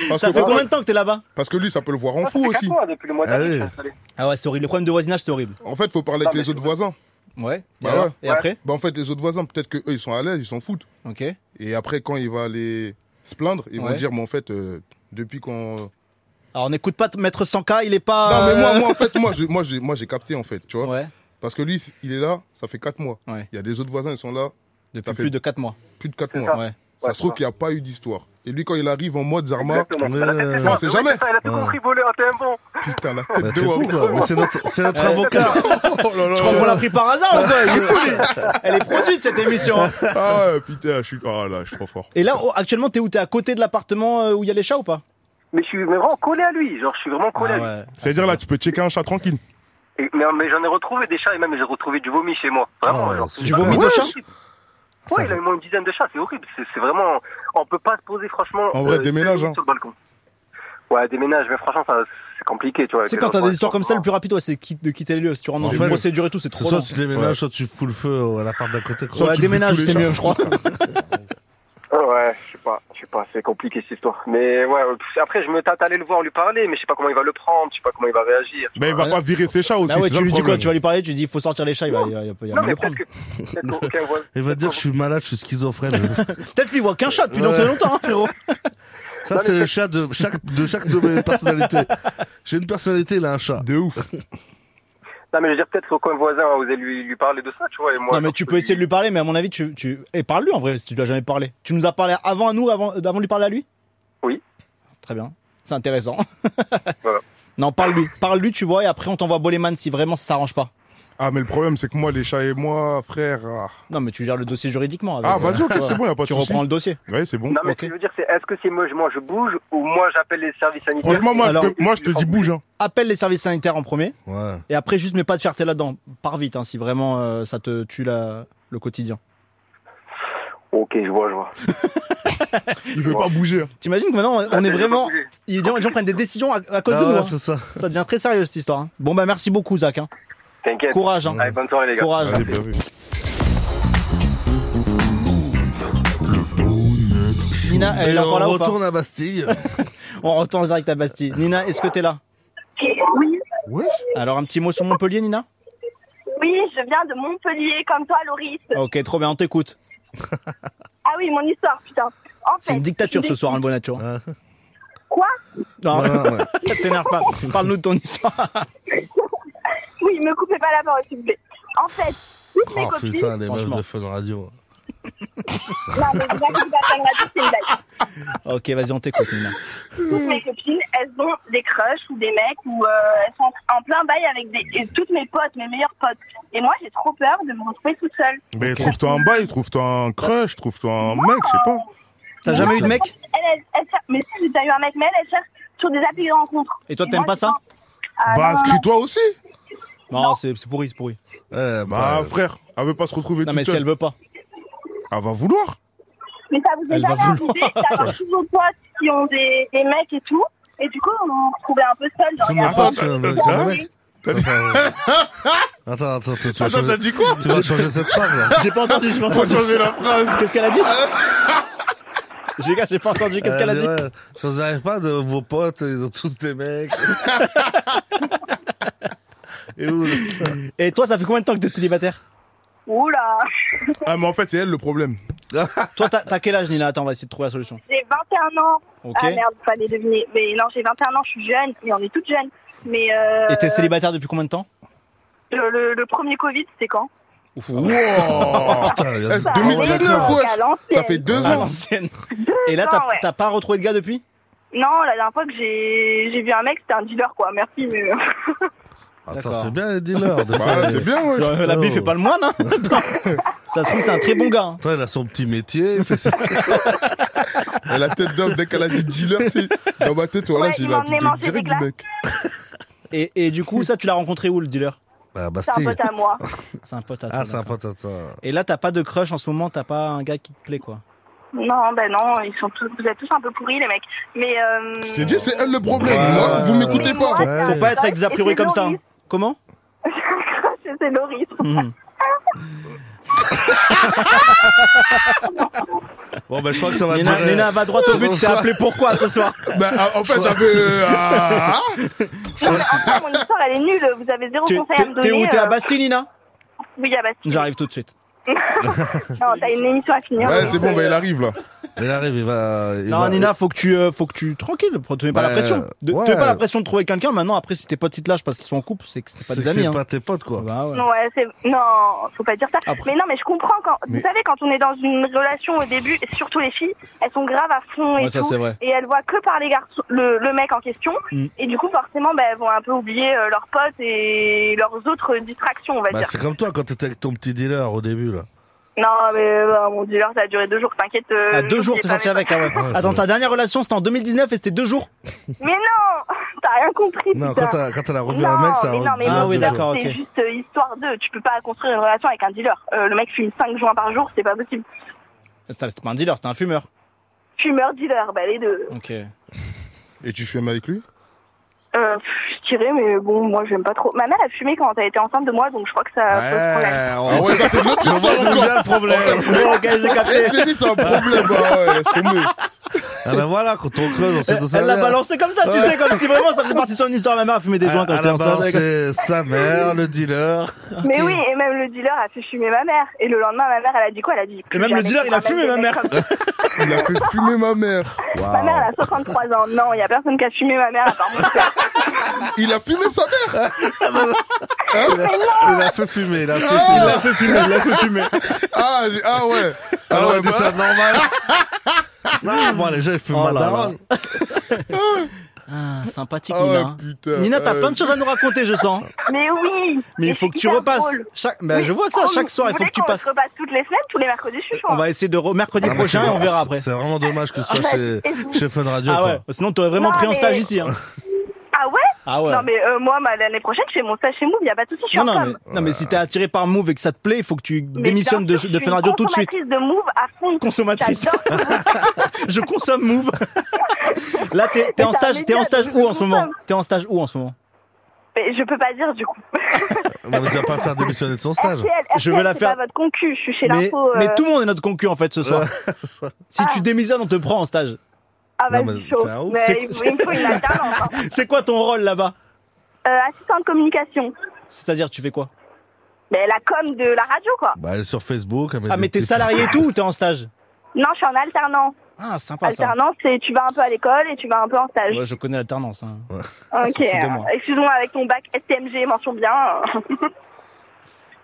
K: Parce
B: Ça
K: que
B: fait
K: faut
B: combien de temps que t'es là-bas
K: Parce que lui, ça peut le voir en
L: Ça fait
K: fou
L: Ah, quatre
K: aussi.
L: mois depuis le mois d'avril,
C: Ah oui.
L: je suis installé.
B: Ah ouais, c'est horrible. Le problème de voisinage, c'est horrible.
K: En fait, faut parler
L: Non,
K: avec
L: mais
K: les autres voisins.
B: Ouais. Et,
K: Bah
B: alors
K: ouais.
B: Et après
K: Bah en fait, les autres voisins, peut-être que eux, ils sont à l'aise, ils s'en foutent.
B: Ok.
K: Et après, quand il va aller se plaindre, ils vont
B: Ouais.
K: dire, mais en fait, euh, depuis qu'on...
B: Alors n'écoute pas Maître 100K, il est pas.
K: Non, mais moi,
B: euh,
K: moi, en fait, moi, j'ai- moi, j'ai, moi, j'ai capté, en fait, tu vois.
B: Ouais.
K: Parce que lui, il est là, ça fait 4 mois.
B: Ouais.
K: Il y a des autres voisins, ils sont là,
B: Depuis
K: ça fait
B: plus de 4 mois.
K: plus de 4
L: C'est
K: mois.
L: ça.
B: Ouais.
K: Ça
L: Ouais,
K: se trouve
L: c'est
K: qu'il n'y a pas eu d'histoire. Et lui, quand il arrive en mode Zarma,
L: Exactement.
C: Mais-
L: Bah, la tête des
C: Mais
L: gens.
K: on sait
L: Ouais,
K: jamais.
L: c'est ça, Elle a tout
C: Ouais.
L: compris, voleur, t'es un bon.
K: putain, la tête
C: Bah,
K: de
C: t'es fou,
K: homme.
C: quoi. Mais c'est notre, c'est notre
K: (laughs)
C: avocat.
K: Oh là là
B: Tu crois qu'on
K: là.
B: l'a pris par hasard ou quoi Il est fou,
K: (laughs)
B: lui. Elle est produite cette émission. hein.
K: Ah ouais, putain, je suis... Ah là, je suis trop fort.
B: Et là, oh, actuellement, t'es où T'es à côté de l'appartement euh, où il y a les chats ou pas
L: Mais je suis vraiment collé à lui. Genre, je suis vraiment
B: Ah
L: collé à lui.
K: C'est-à-dire, là, tu peux checker un chat tranquille.
L: Et- mais mais j'en ai retrouvé des chats et même j'ai retrouvé du vomi chez moi. Vraiment.
C: Ah,
L: genre,
C: c'est-
L: c'est
B: Du
L: pas-
B: vomi de
L: Ouais,
B: chat
L: c'est- Ouais, il a eu moins une dizaine de chats, c'est horrible. C'est c'est vraiment. On peut pas se poser, franchement.
K: En vrai,
L: euh,
K: déménage,
L: sur
K: hein.
L: le balcon. Ouais, déménage, mais franchement, ça- c'est compliqué, tu vois.
B: Tu sais,
L: avec
B: quand
L: les
B: t'as
L: enfants,
B: des histoires comme ça, le
L: franchement.
B: plus rapide, ouais, c'est quitte- de quitter les lieux. Si tu rentres dans
C: En
B: une
C: fait,
B: procédure et tout, c'est
C: C'est
B: trop
C: soit
B: long.
C: tu déménages, soit tu fous le feu à l'appart d'à côté.
B: Ouais,
C: Quoi.
B: déménage, c'est mieux, je crois.
L: Ah ouais, je sais pas, je sais pas, c'est compliqué cette histoire. Mais ouais, euh, pff, après, je me tâte à aller le voir, lui parler, mais je sais pas comment il va le prendre, je sais pas comment il va réagir.
K: Mais il va
B: Ouais.
K: pas virer ses chats aussi.
B: Ah ouais,
K: c'est ça
B: tu
K: le
B: lui dis quoi
K: problème.
B: Tu vas lui parler, tu lui dis il faut sortir les chats, il va, il va- il va- il va
L: Non,
B: mal
L: mais
B: le prendre.
L: peut-être que. Peut-être qu'aucun voisin-
C: (laughs) Il va te dire, je suis malade, je suis
B: (laughs)
C: schizophrène.
B: Peut-être qu'il voit qu'un chat depuis longtemps,
C: Ouais.
B: longtemps, hein, frérot.
C: Ça, c'est le chat de chaque, de chaque de mes personnalités. J'ai une personnalité, il a un chat.
K: De ouf.
L: Non, mais je veux dire, peut-être qu'aucun voisin a osé lui, lui parler de ça, tu vois. Et moi,
B: Non, mais
L: genre,
B: tu peux essayer de lui parler, mais à mon avis, tu. tu... Et parle-lui en vrai, si tu lui as jamais parlé. Tu nous as parlé avant à nous, avant, euh, avant de lui parler à lui
L: Oui.
B: Très bien. C'est intéressant. (laughs)
L: Voilà.
B: Non, parle-lui. Parle-lui, tu vois, et après, on t'envoie Boleman si vraiment ça s'arrange pas.
K: Ah, mais le problème, c'est que moi, les chats et moi, frère. ah.
B: Non, mais tu gères le dossier juridiquement. avec,
K: Ah,
B: euh,
K: vas-y, ok,
B: voilà.
K: c'est bon, y a pas de
B: Tu
K: souci.
B: reprends le dossier.
K: Ouais, c'est bon.
L: Non, mais
B: Ok.
L: ce que je veux dire, c'est est-ce que c'est moi, je- moi je bouge ou moi j'appelle les services sanitaires
K: Franchement, moi,
B: Alors-
K: je, te- moi, je te dis bouge. Hein.
B: Appelle les services sanitaires en premier,
C: Ouais.
B: et après, juste mets pas de fierté là-dedans. Pars vite, hein, si vraiment euh, ça te tue la- le quotidien.
L: Ok, je vois, je
B: (laughs)
L: vois.
K: Il veut pas bouger. hein.
B: T'imagines que maintenant, on- on est
L: Je vais
B: vraiment.
L: Ah, pas bouger.
B: Les gens, les gens prennent des décisions à, à cause
C: Ah
B: de nous.
C: ouais,
B: hein.
C: c'est ça.
B: Ça devient très sérieux cette histoire. hein. Bon, bah merci beaucoup, Zach. hein.
L: T'inquiète.
B: Courage. hein.
L: Allez, bonne soirée, les gars.
B: Courage.
K: Allez, bah bien vu.
B: Nina, elle est
C: Et
B: encore là
C: on
B: ou pas
C: retourne à Bastille.
B: (laughs) On retourne direct à Bastille. Nina, est-ce que t'es là
J: (laughs) Oui,
K: Ouais.
B: Alors un petit mot sur Montpellier, Nina
J: oui, je viens de Montpellier, comme toi, Loris.
B: Ok, trop bien, on t'écoute.
J: Ah oui, mon histoire, putain. En
B: C'est
J: fait,
B: une dictature
J: je
B: ce
J: dé-
B: soir, hein, le Bonaccio.
J: Quoi
B: Non,
C: Voilà, Ah. ouais.
B: (laughs) t'énerve pas. Parle-nous de ton histoire.
J: Oui, me coupez pas la parole, s'il vous plaît. En fait, toutes mes
C: Oh
J: copines.
C: putain, les meufs
B: Franchement.
C: de Fun Radio.
J: Non, mais vous inquiétez pas, ça me rajoute, c'est une blague.
B: Ok, vas-y, on t'écoute, Nina.
J: toutes mes copines, elles ont des crushs ou des mecs ou euh, elles sont en plein bail avec des, et toutes mes potes, mes meilleurs potes. Et moi, j'ai trop peur de me retrouver toute seule.
K: Mais trouve-toi un bail, trouve-toi un crush, trouve-toi un mec, je sais pas.
B: T'as jamais eu de mec
J: Elle, elle, elle cher- mais si, j'ai déjà eu un mec, mais elle, elle cherche sur des applis de rencontre.
B: Et toi, t'aimes
J: moi,
B: pas
J: je
B: ça
J: pense- Ah,
K: Bah,
J: non, non, non.
K: inscris-toi aussi.
B: Non, c'est c'est pourri, c'est pourri.
C: Ouais,
K: Bah,
C: bah,
K: frère, elle veut pas se retrouver
B: Non,
K: toute
B: mais si
K: seule.
B: elle veut pas.
K: Elle va vouloir.
J: Mais ça vous est
B: Elle va
J: jamais arrivé d'avoir tous vos potes qui ont des, des mecs et tout. Et du coup, vous vous retrouvez un peu seul. Genre,
C: tout
J: il
C: le
J: y a
C: monde
J: un
C: pense
J: peu-
C: que- que-
J: Ah,
C: que-
J: oui.
C: hein. Attends, attends, tu- tu vas
K: Attends,
C: changer-
K: t'as dit quoi
C: tu vas changer cette phrase là.
B: J'ai pas entendu, j'ai pas
K: Faut
B: entendu.
K: changer la phrase.
B: Qu'est-ce qu'elle a
K: (laughs)
B: dit J'ai j'ai pas entendu, qu'est-ce qu'elle a dit
C: Ah, Eh, Ouais, Ça vous arrive pas de vos potes, ils ont tous des mecs. Et où
B: Et toi, ça fait combien de temps que t'es célibataire
J: Oula,
K: Ah, mais en fait, c'est elle le
C: (laughs)
K: problème.
B: Toi, t'as t'as quel âge, Nina Attends, on va essayer de trouver la solution.
J: j'ai 21 ans.
B: Ok.
J: Ah merde, fallait deviner. Mais non, j'ai 21 ans, je suis jeune, et on est toutes jeunes. Mais euh,
B: Et t'es célibataire depuis combien de temps
J: le, le- le premier Covid, c'était quand
K: Wow.
C: (laughs) Putain, il y a-
K: Eh,
J: Ça
K: 2019,
J: arrive,
K: wesh.
J: Ah, à l'ancienne.
K: Ça fait deux
B: À
K: ans.
B: l'ancienne. Et là, t'as
J: ans, ouais.
B: t'as pas retrouvé de gars depuis
J: euh, Non, la dernière fois que j'ai j'ai vu un mec, c'était un dealer, quoi. Merci, mais...
C: Attends, c'est bien les dealers. des
B: Bah,
C: fois,
B: c'est
C: les-
B: bien, ouais. Genre, la bif est pas le moine, hein. Attends. Ça se trouve, c'est un très bon gars. hein.
C: Attends, il a son petit métier. il
K: (laughs)
C: fait ça.
K: Et la tête d'homme, dès qu'elle a dit dealer, c'est- dans ma tête, voilà,
J: Ouais,
K: c'est
J: il
K: la
J: m'a emmené
K: de-
J: manger des
K: direct du
J: glaces.
K: mec.
B: Et, et du coup, ça, tu l'as rencontré où, le dealer Bah,
J: C'est un pote à
B: (laughs)
J: moi.
B: C'est un pote à toi.
C: Bah, Ah, c'est un
B: d'accord.
C: pote à toi.
B: Et là, t'as pas de crush en ce moment, t'as pas un gars qui te plaît, quoi.
J: Non, ben non, ils sont tous, vous êtes tous un peu pourris, les mecs. Mais. Euh... (laughs)
K: C'est dit, c'est elle le problème. Moi, vous m'écoutez pas.
B: Faut pas être avec des a priori comme ça. hein. Comment
J: c'est Doris.
B: Mhm.
C: Bon, ben, je crois que ça va
B: Nina,
C: durer.
B: Nina, va droit au but, t'es appelé pourquoi ce soir
K: Bah, en fait, j'avais. euh, ah, ah.
J: Enfin, mon histoire, elle est nulle. Vous avez zéro
B: Tu-
J: conseil à me
B: T'es
J: donner.
B: t'es où T'es à
J: euh,
B: Bastille, Nina
J: Oui, à
B: (laughs)
J: Bastille. (laughs)
B: J'arrive tout de suite.
J: Non, t'as une émission à finir. euh,
K: Ouais, c'est bon, bah, il arrive là.
C: Il arrive, il va. il
B: Non,
C: va-
B: Nina, faut que tu, euh, faut que tu tranquille. Tu mets pas
C: Bah,
B: la pression. De,
C: ouais.
B: Tu mets pas la pression de trouver quelqu'un. Maintenant, après, si tes potes ils te lâchent parce qu'ils sont en couple, c'est que c'était pas
C: C'est
B: des
C: que
B: amis.
C: c'est
B: hein.
C: pas tes potes, quoi.
B: Bah ouais.
J: Ouais, c'est non, faut pas dire ça.
B: Après-
J: Mais non, mais je comprends quand
B: Mais-
J: vous savez quand on est dans une relation au début, et surtout les filles, elles sont graves à fond et
B: Ouais, ça,
J: tout,
B: c'est vrai.
J: et elles voient que par les garçons le, le mec en question,
B: Mm.
J: et du coup forcément, bah, elles vont un peu oublier euh, leurs potes et leurs autres distractions, on va
C: Bah,
J: dire.
C: c'est comme toi quand t'étais avec ton petit dealer au début, là.
J: Non, mais euh, mon dealer, ça a duré deux jours, t'inquiète. euh,
B: Ah, deux jours,
J: j'oublie
B: t'es
J: pas
B: sorti
J: mes
B: avec. Ah ouais.
J: potes.
B: Attends, ta dernière relation, c'était en 2019 et c'était deux jours.
J: Mais non, (laughs) t'as rien compris.
C: Non,
J: putain.
C: quand elle- quand elle a revu
J: Non,
C: un mec, ça a
J: mais
C: revu
J: non, mais
C: deux
J: moi,
C: jours.
B: Ah oui,
J: c'est-
B: d'accord,
J: C'est
B: ok.
J: juste euh, histoire de. Tu peux pas construire une relation avec un dealer. Euh, le mec fume 5 joints par jour, c'est pas possible.
B: C'était c'était pas un dealer, c'était un fumeur.
J: Fumeur, dealer, bah les deux.
B: Ok.
K: Et tu fumes avec lui
J: Euh, pff, je dirais, mais bon, moi j'aime pas trop. Ma mère a fumé quand elle était enceinte de moi, donc je crois que ça pose problème.
K: Ah ouais, ça, c'est notre
C: Je vois
K: histoire
C: d'où
K: encore.
C: vient le problème.
B: Bon, ok, j'ai capté.
K: Eh, je l'ai dit, c'est un problème. Ah ouais,
C: (laughs)
K: laisse tomber.
C: Ah ben voilà, quand on creuse, on sait d'où ça
B: Elle l'a
C: vient.
B: balancé comme ça, tu
C: Ouais. Ah,
B: sais, comme si vraiment ça faisait partie de son histoire. Ma mère a fumé des joints quand
C: Elle
B: j'étais
C: a
B: enceinte.
C: balancé sa mère, le dealer.
J: Mais oui, et même le dealer a fait fumer ma mère. Et le lendemain, ma mère, elle a dit quoi Elle a dit.
B: Et même le dealer, il a fumé ma mère.
K: (laughs) Il a fait fumer ma mère.
J: Ma mère, elle a 63 ans. Non, il y a personne qui a fumé ma mère à part mon père.
K: Il a fumé sa mère.
C: Il l'a fait fumer, il a fait
K: Ah
C: fumer.
B: fait fumer, il l'a fait fumer.
K: Ah, j'ai- ah ouais.
C: Ah
K: bah,
C: ouais, dit ça normal.
B: (laughs)
C: Non, bon, les gens, ils fument
B: Oh
C: ma
B: là là.
C: daronne.
B: Ah, sympathique,
K: ah ouais,
B: Nina.
K: putain.
B: Nina, t'as
K: Ah,
B: plein de choses à nous raconter, je sens.
J: (laughs) Mais oui
B: Mais il
J: Et
B: faut
J: c'est
B: que tu
J: hyper
B: repasses.
J: drôle. oh,
B: Chaque... Bah,
J: Oui,
B: je vois ça,
J: promis.
B: chaque soir, il
J: Vous
B: faut que
J: voulez
B: tu
J: qu'on
B: passes.
J: se repasse toutes les semaines, tous les mercredis, je suis chaud. hein.
B: On va essayer de re- mercredi
C: Ah, mais
B: prochain
C: c'est-
B: et on verra après.
C: C'est vraiment dommage que ce soit
J: Ah,
C: chez,
J: et vous-
C: chez Fun Radio.
B: Ah
C: quoi.
B: ouais, sinon t'aurais vraiment
J: Non,
B: pris en
J: mais-
B: stage ici. Hein.
J: Ah ouais
B: Ah ouais.
J: Non, mais euh, moi, ma- l'année prochaine, je fais mon stage chez Move, y a pas de souci, je suis
B: Non,
J: en
B: non, mais,
J: femme.
B: non, mais si
C: Euh.
B: t'es attiré par Move et que ça te plaît, il faut que tu
J: Mais
B: démissionnes
J: bien
B: de,
J: sûr,
B: de
J: je
B: Fun
J: suis
B: Radio tout de suite.
J: consommatrice de Move à fond.
B: Consommatrice.
J: J'adore ce Move.
B: (laughs) Je consomme Move.
J: (laughs)
B: Là, t'es t'es en
J: Mais t'as un
B: stage, t'es en
J: média,
B: stage
J: je
B: où en ce
J: consomme.
B: moment T'es en stage où en ce moment
J: Mais je peux pas dire du coup.
C: On va déjà pas faire démissionner de son stage.
J: RTL,
B: Je
J: RTL,
B: vais la
J: c'est
B: faire-
J: Pas votre concu, je suis chez
B: mais,
J: l'info. euh,
B: mais tout le monde est notre concu en fait ce
C: (laughs)
B: soir. si tu
J: Ah.
B: démissionnes, on te prend en stage.
J: Ah bah,
C: Non,
J: je
C: mais
J: suis chaud.
C: c'est un ouf.
J: Mais
B: C'est-
J: il me faut- il me faut une alternance. hein.
B: (laughs) C'est quoi ton rôle là-bas
J: Euh, assistant de communication.
B: C'est-à-dire, tu fais quoi
J: Mais la com de la radio, quoi.
C: Bah, elle est sur Facebook. elle met
B: Ah,
C: des
B: mais t'es
C: petits-
B: salarié et tout ou t'es en stage
J: Non, je suis en alternance.
B: Ah, sympa ça.
J: Alternance, c'est tu vas un peu à l'école et tu vas un peu en stage.
B: Ouais, je connais l'alternance. hein.
J: ok.
B: c'est dommage.
J: euh, Excuse-moi, avec ton bac STMG, mention bien.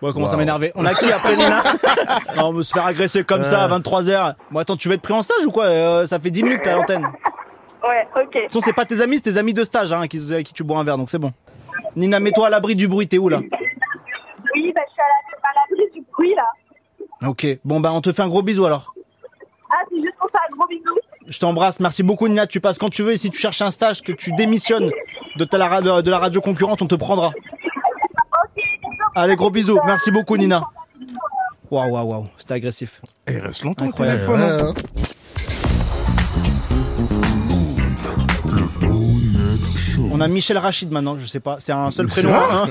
B: Ouais, commence à
C: Wow.
B: m'énerver. On a qui après
K: (laughs)
B: Nina Non, On me se faire agresser comme ça à 23h. Bon, attends, tu veux être pris en stage ou quoi Euh, Ça fait 10 minutes que t'es à l'antenne. De toute
J: ouais, ok.
B: façon, c'est pas tes amis, c'est tes amis de stage hein, qui, avec qui tu bois un verre, donc c'est bon. (laughs) Nina, mets-toi à l'abri du bruit, t'es où là
J: Oui, bah, je suis à la- à l'abri du bruit, là.
B: Ok, bon bah on te fait un gros bisou alors.
J: Ah, c'est juste pour ça, gros bisous.
B: Je t'embrasse, merci beaucoup Nina, tu passes quand tu veux et si tu cherches un stage, que tu démissionnes de, ta, la ra- de, de la radio concurrente, on te prendra. Allez, gros bisous, merci beaucoup Nina. Waouh, waouh, waouh, c'était agressif.
K: Et Eh, il reste longtemps.
B: Incroyable.
K: téléphone, hein.
B: On a Michel Rachid maintenant, je sais pas, c'est un seul
K: C'est
B: prénom.
K: vrai
B: hein.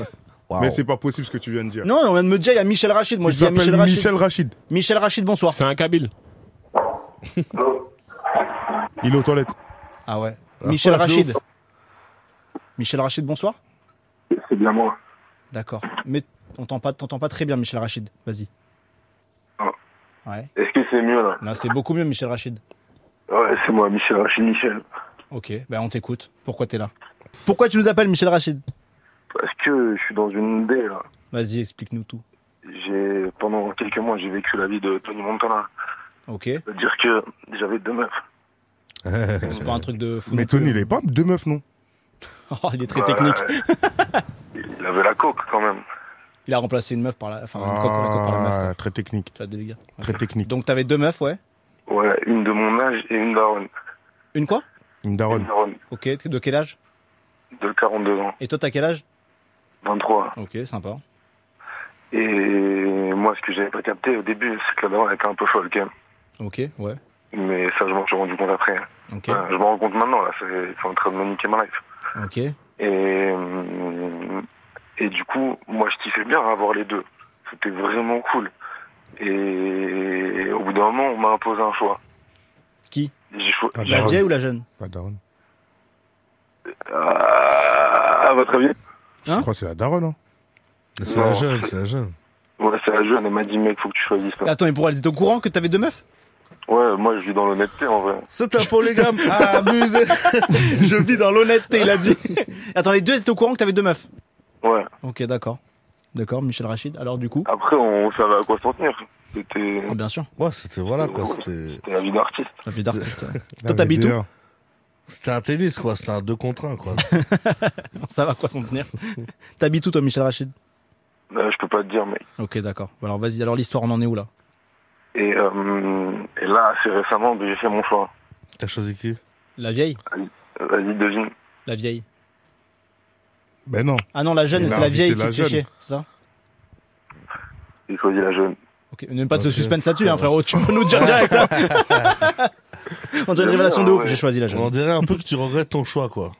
C: Waouh.
K: Mais c'est pas possible ce que tu viens de dire.
B: Non, on vient de me dire, il y a Michel Rachid. Moi,
K: Il
B: je dis à
K: s'appelle
B: Michel Rachid. Michel...
K: Michel Rachid.
B: Rachid, bonsoir.
M: C'est un Kabyle.
K: Il est aux toilettes.
B: Ah ouais. Michel
K: ouais, de
B: Rachid. Michel Rachid, bonsoir.
L: C'est bien moi.
B: D'accord. Mais t'entends pas, t'entends pas très bien, Michel Rachid. Vas-y.
L: Ah.
B: (laughs) Ouais.
L: Est-ce que c'est mieux là
B: Là, c'est beaucoup mieux, Michel Rachid.
L: Ouais, c'est moi, Michel Rachid Michel.
B: Ok, ben on t'écoute. Pourquoi t'es là Pourquoi tu nous appelles, Michel Rachid
L: Parce que je suis dans une idée là.
B: Vas-y, explique-nous tout.
L: J'ai pendant quelques mois, j'ai vécu la vie de Tony Montana.
B: Ok.
L: C'est-à-dire que j'avais deux meufs.
B: C'est pas un truc de fou.
K: Mais
B: non plus. hein.
K: Tony, il est pas deux meufs, non
B: Oh, il est très
L: Voilà.
B: technique.
L: Il
M: avait la coque quand même.
B: Il a remplacé une meuf par la. Enfin, une coque par la coque par la meuf.
C: Ah, très technique. Très technique.
B: Donc t'avais deux meufs, ouais
M: Ouais, une de mon âge et une daronne.
B: Une quoi
C: Une daronne.
B: Ok, de quel âge
M: De 42 ans,
B: Et toi, t'as quel âge
M: 23.
B: Ok, sympa.
M: Et moi, ce que j'avais pas capté au début, c'est que la daronne était un peu folle quand même.
B: Ok, ouais.
M: Mais ça, je m'en suis rendu compte après. hein.
B: Ok.
M: Enfin, je m'en rends compte maintenant, là. c'est- Ils sont en train de me niquer ma life.
B: Ok.
M: Et, euh, et du coup, moi, je kiffais bien avoir les deux. C'était vraiment cool. Et au bout d'un moment, on m'a imposé un choix.
B: Qui
M: J'ai cho- j'ai
B: La vieille ou la jeune
C: Pas daronne.
M: Euh, À votre avis
C: Je crois que c'est la daronne, hein. C'est la
M: Non.
C: jeune, c'est la jeune.
M: Ouais, c'est la jeune. Elle m'a dit, mec, faut que tu choisisses.
B: Et Attends, mais pour elle, étaient au courant que t'avais deux meufs
M: Ouais, moi, je vis dans l'honnêteté, en vrai.
C: C'est un
B: (laughs)
C: polygame (laughs) abusé.
B: Je vis dans l'honnêteté, il a dit. (laughs) Attends, les deux étaient au courant que t'avais deux meufs
M: Ouais.
B: Ok, d'accord. D'accord, Michel Rachid. Alors, du coup
M: Après, on savait à quoi s'en tenir. C'était.
B: Ah, bien sûr.
C: Ouais, c'était voilà quoi. C'était
M: C'était la vie d'artiste.
B: La vie d'artiste, ouais.
C: Non, mais
B: t'habites où
C: d'ailleurs, C'était un tennis quoi, c'était un 2 contre 1 quoi.
B: (laughs) Ça va quoi
C: (laughs)
B: s'en tenir T'habites où, toi, Michel Rachid
M: Euh, je peux pas te dire, mec.
B: Ok, d'accord. Alors, vas-y, alors l'histoire, on en est où là
M: Et, euh, et là, assez récemment, ben, j'ai fait mon choix.
C: T'as choisi qui
B: La vieille
M: Vas-y, devine.
B: La vieille.
C: Ben non.
B: Ah non, la jeune,
M: Il
B: c'est
M: a
B: la
M: invité
B: vieille qui
M: la
B: te fait
M: jeune.
B: chier, c'est ça
M: J'ai choisi la jeune.
B: Ok, Même pas de
M: Ok.
B: suspense là-dessus, hein, frérot. Tu peux nous dire
C: (laughs)
B: direct. hein. on dirait une révélation de ouf. J'ai choisi la jeune.
C: On dirait un peu que tu regrettes ton choix quoi.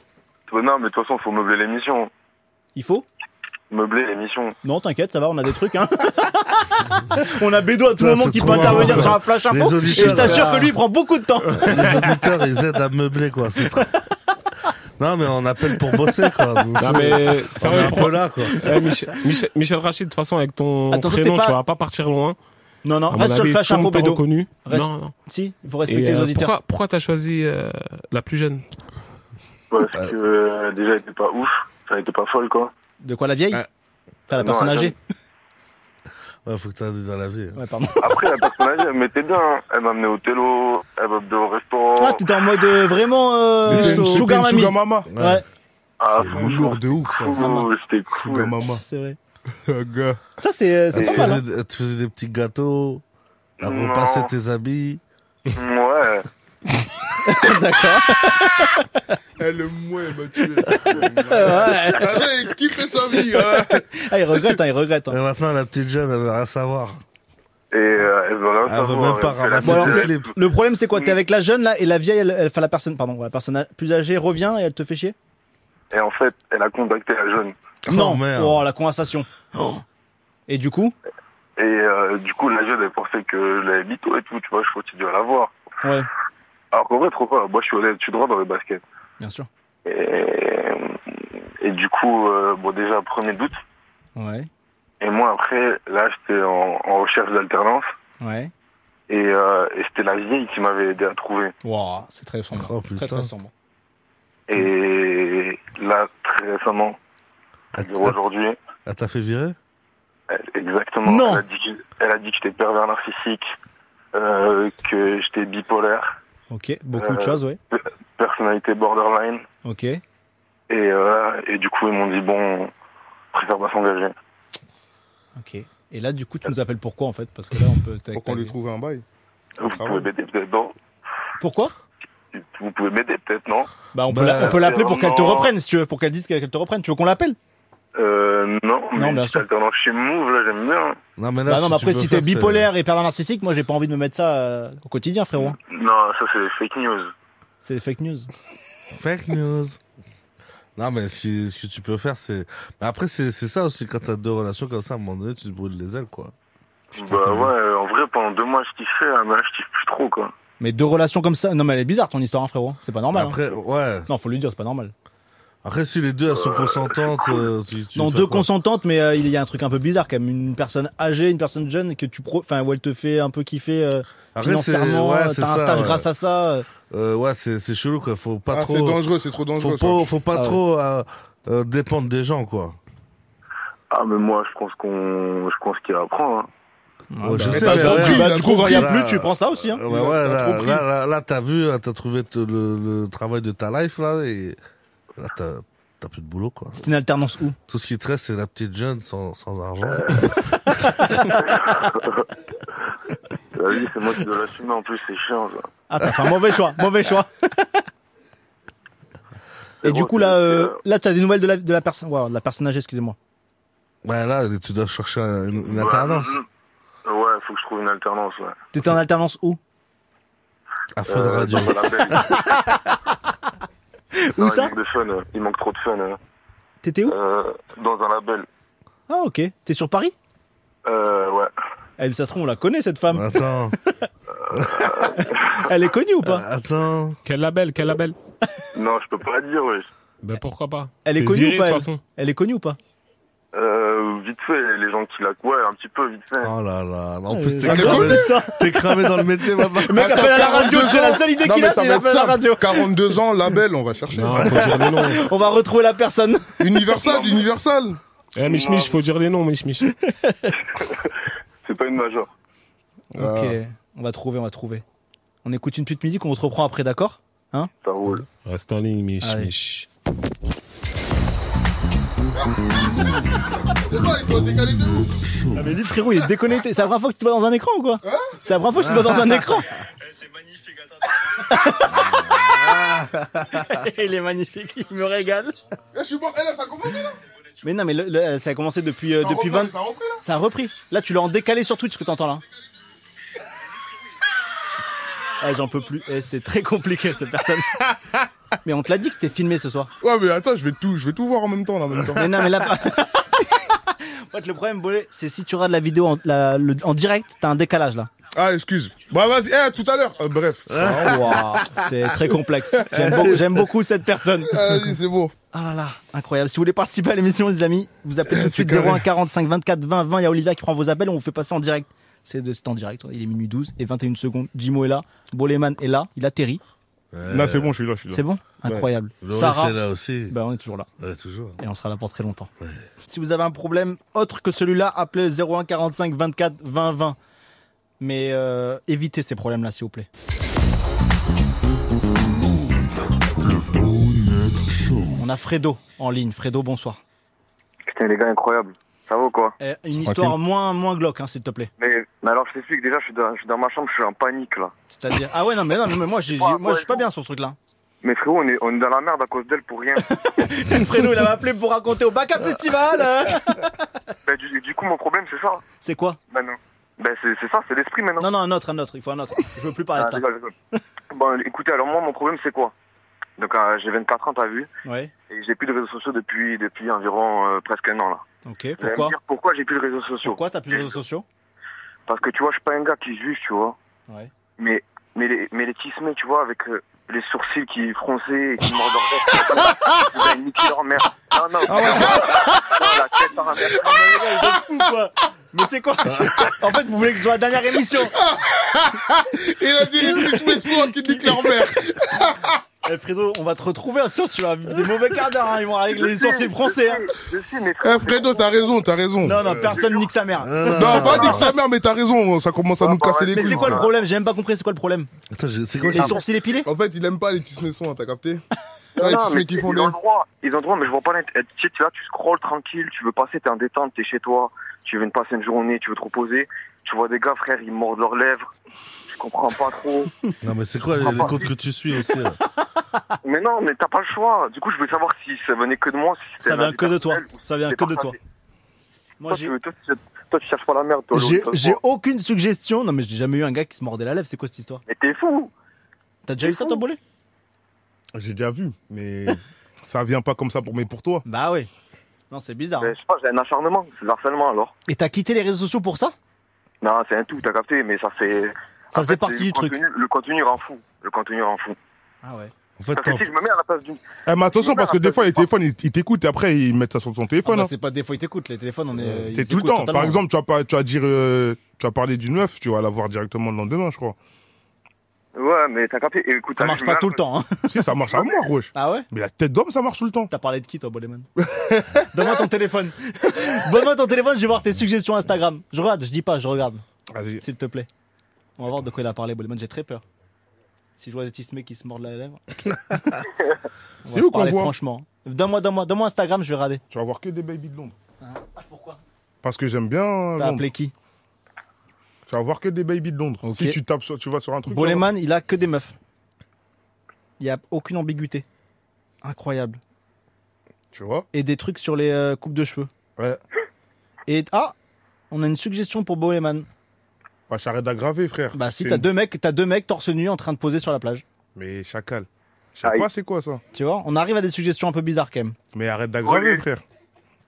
M: Ouais, Non, mais de toute façon, faut meubler l'émission.
B: Il faut
M: Meubler l'émission.
B: Non, t'inquiète, ça va, on a des trucs. Hein. (laughs) on a Bédo à tout
C: Là,
B: moment
C: c'est
B: qui
C: trop
B: peut intervenir
C: marrant,
B: sur un
C: quoi.
B: flash
C: Les
B: info. Et
C: auditeurs,
B: je t'assure
C: là.
B: que lui, il prend beaucoup de temps.
C: Les auditeurs ils aident à meubler quoi. C'est très- Non mais on appelle pour bosser quoi. Vous
F: Non,
C: savez,
F: mais
C: on est
F: sérieux,
C: un peu là quoi.
F: Eh, Michel, Michel, Michel Rachid, de toute façon, avec ton
B: Attends, toi,
F: prénom,
B: t'es pas-
F: tu vas pas partir loin.
B: Non, non,
F: À mon
B: reste sur le
F: avis,
B: flash
F: tout le
B: info,
F: monde t'a
B: Bédo.
F: reconnu.
B: Reste-
F: Non, non.
B: Si, il faut respecter
F: Et,
B: les
F: euh,
B: auditeurs.
F: Pourquoi, pourquoi t'as choisi euh, la plus jeune
M: Parce que euh, déjà, elle était pas ouf. Enfin, elle était pas folle, quoi.
B: De quoi la vieille
F: Euh,
B: T'as la
M: Non,
B: personne
M: la jeune.
B: âgée
C: Ouais, faut que t'ailles dans la vie. hein.
B: Ouais, pardon.
M: Après, la personne âgée, elle m'était bien. hein. Elle m'a amené au télo, elle m'a amené au restaurant.
B: Ah, t'étais en mode euh, vraiment euh,
M: C'était une- c'était
B: sugar
M: une
B: mami.
M: sugar mama.
B: Ouais.
M: Ah,
C: lourd de ouf, ça.
M: Cool, c'était cool.
C: (laughs)
B: C'est vrai.
C: Gars.
B: Ça, c'est euh, c'est
C: Elle te
B: pas mal. hein.
C: faisait- elle te faisait des petits gâteaux, elle
M: Non.
C: repassait tes habits.
B: (laughs)
M: Ouais.
B: D'accord.
K: Elle le mouet, elle m'a tué.
B: (laughs) Ouais.
K: Avec qui fait sa vie hein
B: Ah, il regrette, hein, il regrette.
C: Et maintenant, la petite jeune, elle veut rien savoir.
M: Et euh, elle veut rien
C: Elle veut
M: savoir,
C: même pas
M: elle fait la
C: ramasser
M: tête.
C: tes
M: Ouais.
C: slips.
B: Le problème, c'est quoi T'es avec la jeune là et la vieille, elle, elle- enfin la personne, pardon, la personne plus âgée revient et elle te fait chier
M: Et en fait, elle a contacté la jeune.
B: Non. Oh, la conversation.
C: Oh.
B: Et du coup
M: Et euh, du coup, la jeune, elle pensait que je l'avais mytho et tout, tu vois, je continue à la voir.
B: Ouais.
M: Alors qu'en vrai, trop pas. Moi, je suis honnête, je suis droit dans le basket.
B: Bien sûr.
M: Et, et du coup, euh, bon, déjà, premier doute.
B: Ouais.
M: Et moi, après, là, j'étais en, en recherche d'alternance.
B: Ouais.
M: Et, euh, et c'était la vieille qui m'avait aidé à trouver.
B: Wow, c'est très sombre.
C: Oh,
B: très très sombre.
M: Et là, très récemment, c'est-à-dire aujourd'hui,
C: Elle t'a fait virer
M: elle- exactement,
C: Non.
M: Elle, a dit que, elle a dit que j'étais pervers narcissique, euh, que j'étais bipolaire,
B: Ok, beaucoup de
M: Euh,
B: choses, ouais.
M: pe- personnalité borderline.
B: Ok.
M: Et, euh, et du coup, ils m'ont dit, bon, on préfère pas s'engager.
B: Ok. Et là, du coup,
C: euh,
B: tu nous appelles pourquoi en fait Parce que là, on peut.
K: Faut qu'on lui trouve un bail.
M: Vous pouvez m'aider peut-être, non
B: Pourquoi
M: Vous pouvez m'aider peut-être, non
B: Bah, on peut
M: Bah,
B: la- on peut l'appeler
C: euh,
B: pour qu'elle te
M: vraiment-
B: reprenne si tu veux, pour qu'elle dise qu'elle te reprenne. Tu veux qu'on l'appelle
M: Euh, non, mais
B: bien
M: je suis alternant chez Move, là, j'aime bien.
C: Non,
B: Bah non, mais après, si t'es bipolaire et pervers narcissique, moi, j'ai pas envie de me mettre ça euh, au quotidien,
C: Mm.
B: frérot.
M: Non, ça, c'est fake news.
B: C'est des fake news.
C: Fake news. Non, mais si, ce que tu peux faire, c'est. Mais après, c'est c'est ça aussi, quand t'as deux relations comme ça, à un moment donné, tu te brûles les ailes, quoi.
M: bah ouais, en vrai, pendant deux mois, je kiffais, hein, mais là, je kiffe plus trop, quoi.
B: Mais deux relations comme ça. Non, mais elle est bizarre ton histoire, hein, frérot. C'est pas normal.
C: Après,
B: hein.
C: ouais.
B: Non, faut lui dire, c'est pas normal.
C: Après, si les deux, elles sont consentantes, euh, tu, tu
B: non,
C: fais
B: deux
C: quoi
B: consentantes, mais euh, il y a un truc un peu bizarre quand même. Une personne âgée, une personne jeune, que tu pro... enfin, où elle te fait un peu kiffer euh,
C: Après,
B: financièrement.
C: c'est- ouais,
B: euh,
C: c'est
B: T'as un
C: ça,
B: stage
C: ouais.
B: grâce à ça. euh.
C: Euh, ouais, c'est c'est chelou, quoi. Faut pas
K: Ah,
C: trop.
K: c'est dangereux, c'est trop dangereux,
C: Faut pas,
K: ça.
C: faut pas
K: Ah ouais.
C: trop euh, euh, dépendre des gens, quoi.
M: Ah, mais moi, je pense qu'on, je pense qu'il apprend, hein.
C: Ouais, Oh, je sais,
B: t'as
C: mais
B: trop
C: ouais,
B: pris,
C: là,
B: Ah bah, du
C: tu
B: coup,
C: comprends,
B: rien
C: là,
B: plus, tu prends ça aussi, hein.
C: Ouais,
B: Là,
C: ouais,
B: t'as
C: là, euh,
B: trop pris.
C: là, là, là, t'as vu, là, t'as trouvé te- le, le travail de ta life, là, et là, t'as t'as plus de boulot, quoi.
B: C'est une alternance où
C: Tout ce qui te reste, c'est la petite jeune sans, sans
B: (laughs)
C: argent.
N: Bah oui, c'est moi qui dois l'assumer en plus, c'est chiant ça.
B: Ah, t'as fait un mauvais choix, mauvais
C: (laughs)
B: choix. Et du coup, là, euh, là t'as des nouvelles de la, de la personne, de la personne âgée, excusez-moi.
C: Ouais, Bah, là, tu dois chercher une, une alternance.
N: Ouais, ouais, faut que je trouve une alternance, ouais.
B: T'étais en alternance où
C: À
N: fond de radio.
B: Où
N: ça il manque, de fun, euh. il manque trop de fun. euh.
B: T'étais où
N: Euh, dans un label.
B: Ah, ok. T'es sur Paris
N: Euh, ouais.
B: Eh, mais ça se trouve, on la connaît, cette femme.
C: Bah, Attends.
B: (laughs)
C: Euh,
B: Elle est connue ou pas
C: Attends.
M: Quel label Quel label
N: Non, je peux pas dire, wesh.
M: Ben pourquoi pas
B: Elle est
M: T'es
B: connue
M: viré,
B: ou pas
M: de
B: elle,
M: toute façon.
B: Elle est connue ou pas
N: Euh, vite fait, les gens qui la ouais, un petit peu, vite fait.
C: Oh là là, en
M: Ah
B: Euh,
C: plus, t'es
B: la grosse
C: cramé,
B: histoire.
C: t'es cramé dans le métier maintenant.
B: Le mec
K: Attends,
B: appelle à la radio,
K: 42
B: c'est la
K: ans.
B: seule idée
K: Non,
B: qu'il
K: mais
B: a,
K: ça
B: c'est il
K: va être
B: appelle à la
K: simple.
B: radio.
K: 42 ans, label, on va chercher.
B: (laughs) On va retrouver la personne.
K: Universal, Universal.
M: Eh, Mich Mich, faut dire les noms, Mich Mich.
N: (laughs) C'est pas une major.
C: Ah.
B: Ok, on va trouver, on va trouver. On écoute une petite musique, on se reprend après, d'accord Hein
N: Ça roule.
M: Reste en ligne, Mich
B: Allez.
M: Mich.
B: Ah, mais lui, frérot, il est déconnecté. C'est la première fois que tu te vois dans un écran ou
K: Hein
B: quoi C'est la première fois que tu te vois
K: (laughs)
B: dans un écran. il est magnifique, il me régale.
K: Eh, Je suis mort. Eh, là, ça a commencé là.
B: (laughs) Mais non, mais le- le- ça a commencé depuis, euh,
K: Ça a
B: depuis
K: repris,
B: 20.
K: ça a repris, là
B: Ça a repris. Là, tu l'as en décalé sur Twitch ce que t'entends là. Ah, j'en peux plus. Eh, c'est très compliqué
K: (laughs)
B: cette personne. Mais on te l'a dit que c'était filmé ce soir.
K: Ouais, mais attends, je vais tout, je vais tout voir en même temps là, en même temps.
B: Mais non, mais là. pas- (laughs) En fait, le problème, Bolé, c'est si tu regardes la vidéo en, la- le- en direct, t'as un décalage là.
K: Ah, excuse. Bah, vas-y. Eh, tout à l'heure. Euh, bref.
B: Ah, (laughs) waouh, c'est très complexe. J'aime beaucoup, j'aime beaucoup cette personne.
K: Vas-y, c'est beau.
B: Ah là là, incroyable. Si vous voulez participer à l'émission, les amis, vous appelez tout de
K: (laughs) C'est
B: suite
K: carré.
B: 01 45 24 20 20. Il y a Olivia qui prend vos appels, on vous fait passer en direct. C'est de- c'est en direct, hein. il est minuit 12 et 21 secondes. Jimo est là, Boleman est là, il atterrit.
K: Là, c'est bon, je suis là, je suis là.
B: C'est bon
K: Ouais.
B: Incroyable.
K: Loris
B: Sarah
K: est
C: là aussi.
B: Bah, on est toujours là.
C: Ouais, toujours.
B: Et on sera là pour très longtemps. Si vous avez un problème autre que celui-là, appelez le 01 45 24 20 20. Mais euh, évitez ces problèmes-là, s'il vous plaît. On a Fredo en ligne. Fredo, bonsoir.
N: Putain, les gars, incroyable. Ça vaut quoi
B: Eh, une histoire moins, moins glauque, hein, s'il te plaît.
N: mais, mais alors, je t'explique, déjà, je suis, dans, je suis dans ma chambre, je suis en panique là.
B: C'est-à-dire. Ah ouais, non, mais, non, mais moi, j'ai- j'ai- moi, je suis pas bien sur ce truc-là.
N: Mais frérot, on est, on est dans la merde à cause d'elle pour rien.
B: (laughs) Fredo, il avait appelé pour raconter au Bac à Festival. hein.
N: Bah, du, du coup, mon problème, c'est ça.
B: C'est quoi
N: Bah, non. Bah, c'est c'est ça, c'est l'esprit maintenant.
B: Non, non, un autre, un autre. Il faut un autre. Je veux plus parler de
N: Ah,
B: ça.
N: rigole, rigole. bon, écoutez, alors moi, mon problème, c'est quoi Donc, euh, j'ai 24 ans, t'as vu,
B: Ouais.
N: et j'ai plus de réseaux sociaux depuis, depuis environ euh, presque un an, là.
B: Ok.
N: Vous allez me
B: Pourquoi
N: dire pourquoi j'ai plus de réseaux sociaux
B: Pourquoi t'as plus de réseaux sociaux
N: Parce que, tu vois, je suis pas un gars qui juge, tu vois.
B: Ouais.
N: Mais, mais les, mais les tismés, tu vois, avec euh, les sourcils qui fronçaient et qui mordordaient,
B: (laughs)
N: ils allaient niquer leur mère. Non, non,
B: Ah
N: non, la tête par la mère.
B: quoi Mais c'est quoi En fait, vous voulez que ce soit la dernière émission
K: Il a dit les petits médecins qui niquent leur mère.
B: Eh Fredo, on va te retrouver, hein, sûr, tu vas vivre des mauvais quarts d'heure, hein, ils vont avec les
N: Je sais,
B: sourcils français. hein.
N: Je sais, mais
K: Eh, Fredo, t'as raison, t'as raison.
B: Non, non,
K: Euh,
B: personne nique sa mère.
K: Non, pas dire sa mère, mais t'as raison, ça commence à nous casser les
B: Mais
K: couilles.
B: c'est quoi le problème J'ai même pas compris, c'est quoi le problème
C: Attends, je- c'est quoi
B: Les sourcils épilés
K: En fait, il aime pas les petits messons, t'as
B: (laughs)
K: capté
N: Non,
K: Les
N: non,
K: petits
N: mais
K: messons qui
N: ils
K: font
N: ont
K: des.
N: le droit, ils ont le droit, mais je vois pas l'intérêt. Tu sais, tu es là, tu scrolles tranquille, tu veux passer, t'es en détente, t'es chez toi, tu viens de passer une journée, tu veux te reposer. Tu vois des gars, frère, ils mordent leurs lèvres. Je comprends pas trop.
C: Non, mais c'est quoi les, les comptes que tu suis aussi là
N: mais non, mais t'as pas le choix. Du coup, je voulais savoir si ça venait que de moi. Si c'était
B: Ça
N: la
B: vient que de toi.
N: personnelle ou si
B: Ça vient
N: c'était
B: que de toi.
N: partagé.
B: Moi,
N: Toi,
B: j'ai-
N: tu veux- toi, tu toi, tu cherches pas la merde, toi.
B: J'ai
N: l'autre,
B: j'ai
N: toi.
B: aucune suggestion. Non, mais j'ai jamais eu un gars qui se mordait la lèvre, c'est quoi cette histoire
N: Mais t'es fou.
B: T'as déjà eu ça, toi, Bolé
K: J'ai déjà vu, mais (laughs) ça vient pas comme ça pour, mais pour toi.
B: Bah oui. Non, c'est bizarre. hein.
N: Mais Je sais pas, j'ai un acharnement. C'est de l'harcèlement, alors.
B: Et t'as quitté les réseaux sociaux pour ça
N: Non, c'est un tout, t'as capté, mais ça fait.
B: Ça
N: En
B: faisait
N: fait,
B: partie
N: le
B: du truc.
N: contenu- Le contenu rend fou. Le contenu rend fou.
B: Ah ouais.
C: En fait,
N: Parce que si je me mets à la place d'une.
K: Eh, mais attention, parce que des fois, les téléphones, ils ils t'écoutent et après, ils mettent ça sur ton
B: Ah
K: téléphone.
B: bah,
K: hein.
B: c'est pas des fois ils t'écoutent, les téléphones on est. ils
K: C'est tout le
B: écoutent
K: temps. Par
B: totalement.
K: exemple, tu vas, pas, tu vas dire, euh, tu vas parler d'une meuf, tu vas la voir directement le lendemain, je crois.
N: Ouais, mais t'as capté. Et Écoute,
B: ça
N: t'as
B: marche
N: vu,
B: pas
N: mais
B: tout
N: là,
B: le temps. hein.
K: si, ça
B: (laughs)
K: marche à moi, wesh.
B: Ah ouais
K: Mais la tête d'homme, ça marche tout le temps.
B: T'as parlé de qui toi, Boleman (laughs) Donne-moi ton téléphone. Donne-moi ton téléphone, je vais voir tes suggestions Instagram. Je regarde, je dis pas, je regarde.
K: Vas-y.
B: S'il te plaît. On va voir de quoi il a parlé, Boleman, j'ai très peur.
K: (laughs)
B: Si je vois des tismés qui se mordent la lèvre. on va
K: C'est
B: se
K: où qu'on
B: parler
K: voit
B: franchement. Donne-moi, donne-moi, donne-moi Instagram, je vais Ah. rader.
K: Tu vas voir que des baby de Londres.
B: pourquoi
K: Parce que j'aime bien. euh,
B: T'as
K: Londres.
B: appelé qui
K: Tu vas voir que des baby de Londres. Si tu tapes, sur- tu vas sur un truc.
B: Boleman, il a que des meufs. Il n'y a aucune ambiguïté. Incroyable.
K: Tu vois
B: Et des trucs sur les euh, coupes de cheveux.
K: Ouais.
B: (laughs) Et ah, on a une suggestion pour Boleman.
K: Bah, j'arrête d'aggraver, frère.
B: Bah, si
K: C'est
B: t'as
K: une-
B: deux mecs, t'as deux mecs torse nu en train de poser sur la plage.
K: Mais chacal. Je sais pas c'est quoi ça.
B: Tu vois, on arrive à des suggestions un peu bizarres quand même.
K: Mais arrête d'aggraver, frère.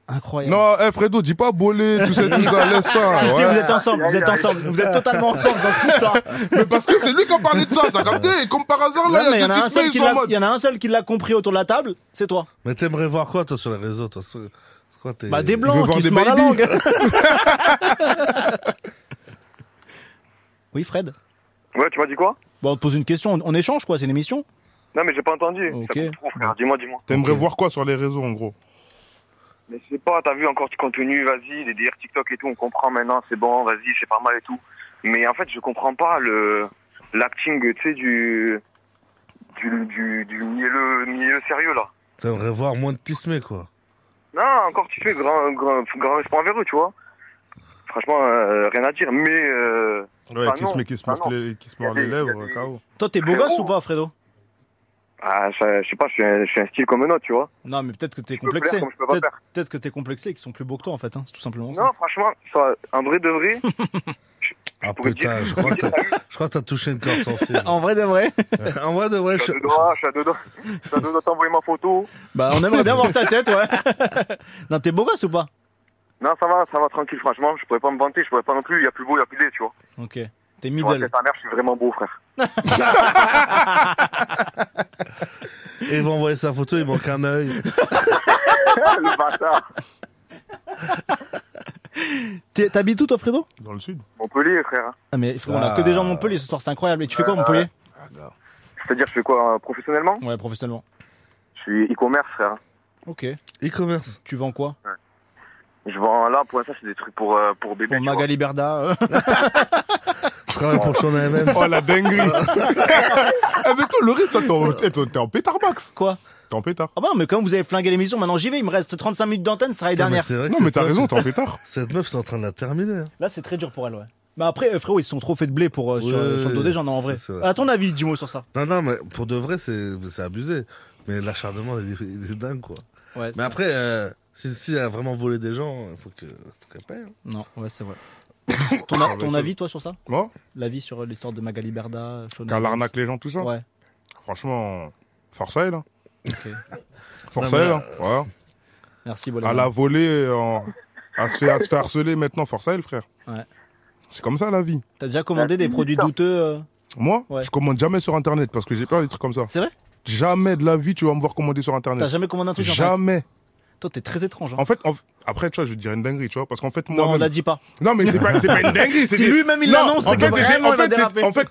B: Incroyable.
K: Non, eh Fredo, dis pas bolé, tout ça,
B: (laughs)
K: tout ça, laisse ça.
B: Si, si,
K: ouais.
B: vous êtes ensemble, vous êtes ensemble, vous êtes totalement ensemble dans cette histoire.
K: Mais parce que (laughs) c'est lui qui a parlé de ça, t'as capté Comme par hasard,
B: Non,
K: là, il
B: mais
K: y a
B: en
K: deux
B: a un
K: petits
B: seul
K: ils
B: qui
K: sont en
B: l'a-
K: mode.
B: il y en a un seul qui l'a compris autour de la table, c'est toi.
C: Mais t'aimerais voir quoi, toi, sur les réseaux toi, sur- c'est quoi, t'es-
B: Bah, des
C: Tu veux
B: blancs
C: voir
B: qui
C: des
B: se mordent la
C: baby
B: langue.
K: (laughs)
B: Oui, Fred
N: Ouais, tu m'as dit quoi
B: Bon, on te pose une question, on, on échange quoi, c'est une émission
N: Non, mais j'ai pas entendu.
B: Ok.
N: Ça coupe trop, frère. Dis-moi, dis-moi.
K: T'aimerais voir quoi sur les réseaux, en gros
N: Mais je sais pas, t'as vu encore du contenu, vas-y, les délires TikTok et tout, on comprend maintenant, c'est bon, vas-y, c'est pas mal et tout. Mais en fait, je comprends pas le l'acting, tu sais, du du, du, du mielleux, mielleux sérieux, là.
C: (laughs) T'aimerais voir moins de tismé, quoi.
N: Non, encore, tu fais grand, grand, grand espoir vers eux, tu vois. Franchement, euh, rien à dire, mais... Euh,
K: Ouais,
N: bah
K: qui
N: non,
K: se met, qui se
N: bah
K: mord
N: non.
K: les, qui se mord
N: Il y a
K: les
N: des-
K: lèvres,
N: il y a des-
K: KO.
B: Toi, t'es beau gosse ou pas, Fredo
N: Ah, je, je sais pas, je suis, un, je suis un style comme un autre, tu vois.
B: Non, mais peut-être que t'es
N: peux
B: complexé.
N: plaire comme je peux pas
B: Peut-être peut-être que t'es complexé et qu'ils sont plus beaux que toi en fait, hein, c'est tout simplement ça.
N: Non, franchement, ça, en vrai de vrai,
C: Ah putain, je crois que t'as- je crois que t'as touché une corde sensible.
B: En vrai
C: (laughs)
B: de vrai
C: (laughs) En vrai de vrai,
N: je suis à deux doigts, je suis à deux doigts, je suis à deux doigts de t'envoyer ma photo.
B: Bah, on aimerait bien voir ta tête, ouais. non, t'es beau gosse ou pas
N: Non, ça va, ça va tranquille, franchement. Je pourrais pas me vanter, je pourrais pas non plus. Il y a plus beau, il y a plus laid, tu vois.
B: Ok. T'es
N: Tu vois,
B: middle.
N: c'est ta mère, je suis vraiment
B: (laughs)
N: beau, frère.
C: Et il va envoyer sa photo, il manque un œil.
N: le bâtard.
B: T'es- T'habites où toi, Fredo
K: Dans le sud.
N: Montpellier, frère.
B: Ah, mais Fredo,
C: Bah,
B: on a que
N: Ah.
B: des gens de Montpellier ce soir, c'est incroyable. Et tu fais
N: euh,
B: quoi à Montpellier
N: C'est-à-dire, je fais quoi, euh, professionnellement
B: Ouais, professionnellement.
N: Je suis e-commerce, frère.
B: Ok. E-commerce. Tu vends quoi
N: Je vends là, pour l'instant, c'est des trucs pour, euh, pour bébé.
B: Pour Magali Berda. euh.
C: Je travaille pour Sean Evans.
K: Oh la dinguerie Eh, mais toi, le reste, toi, t'es en- eh, toi, t'es en pétard max.
B: Quoi
K: T'es en pétard.
B: Ah bah, mais comme vous avez flingué l'émission, maintenant j'y vais, il me reste 35 minutes d'antenne, ce sera les
C: Putain, mais
B: dernières.
C: Eh ben, c'est vrai que
K: Non,
C: cette
K: mais t'as
C: meuf-
K: raison, t'es en pétard.
C: Cette meuf, c'est en train de la terminer. hein.
B: (laughs) Là, c'est très dur pour elle, ouais. Bah après, euh, frérot, ils se sont trop fait de blé pour, euh, sur,
C: Ouais,
B: sur le dos des gens, non, en vrai. Ah,
C: c'est vrai.
B: À ton avis, dis-moi sur ça.
C: Non, non, mais pour de vrai, c'est c'est abusé. Mais l'acharnement, il, est- il est dingue, quoi.
B: Ouais, c'est
C: mais après, euh, si, si elle a vraiment volé des gens, il faut que- faut qu'elle paye. hein.
B: Non, ouais, c'est vrai. (coughs) ton, a- ton avis, toi, sur ça
K: Ah, bah, Moi
B: L'avis sur euh, l'histoire de Magali Berda, Sean
K: Qu'elle
B: Evans.
K: arnaque les gens, tout ça
B: Ouais.
K: Franchement, force à elle. Hein. (laughs) Force
B: Non,
K: à
B: mais
K: elle.
B: là-
K: Hein. Voilà.
B: Merci, Boleman.
K: À la volée, euh, en... à, se faire, à se faire harceler maintenant, force à elle, frère.
B: Ouais.
K: C'est comme ça la vie.
B: T'as déjà commandé des produits douteux euh
K: Moi,
B: Ouais.
K: je commande jamais sur internet parce que j'ai peur des trucs comme ça.
B: C'est vrai
K: Jamais de la vie tu vas me voir commander sur internet.
B: T'as jamais commandé un truc sur Internet
K: Jamais.
B: Toi, t'es très étrange. hein.
K: En fait, en- après, tu vois, je vais te dire une dinguerie, tu vois, parce qu'en fait, moi.
B: Non, on la dit pas.
K: Non, mais c'est pas, c'est pas une dinguerie. c'est
B: (laughs) Si
K: des-
B: lui-même, il
K: Non,
B: l'annonce,
K: en
B: c'est
K: fait,
B: que
K: c'est-
B: vraiment,
K: en
B: il a
K: fait, c'est-
B: dérapé.
K: En fait,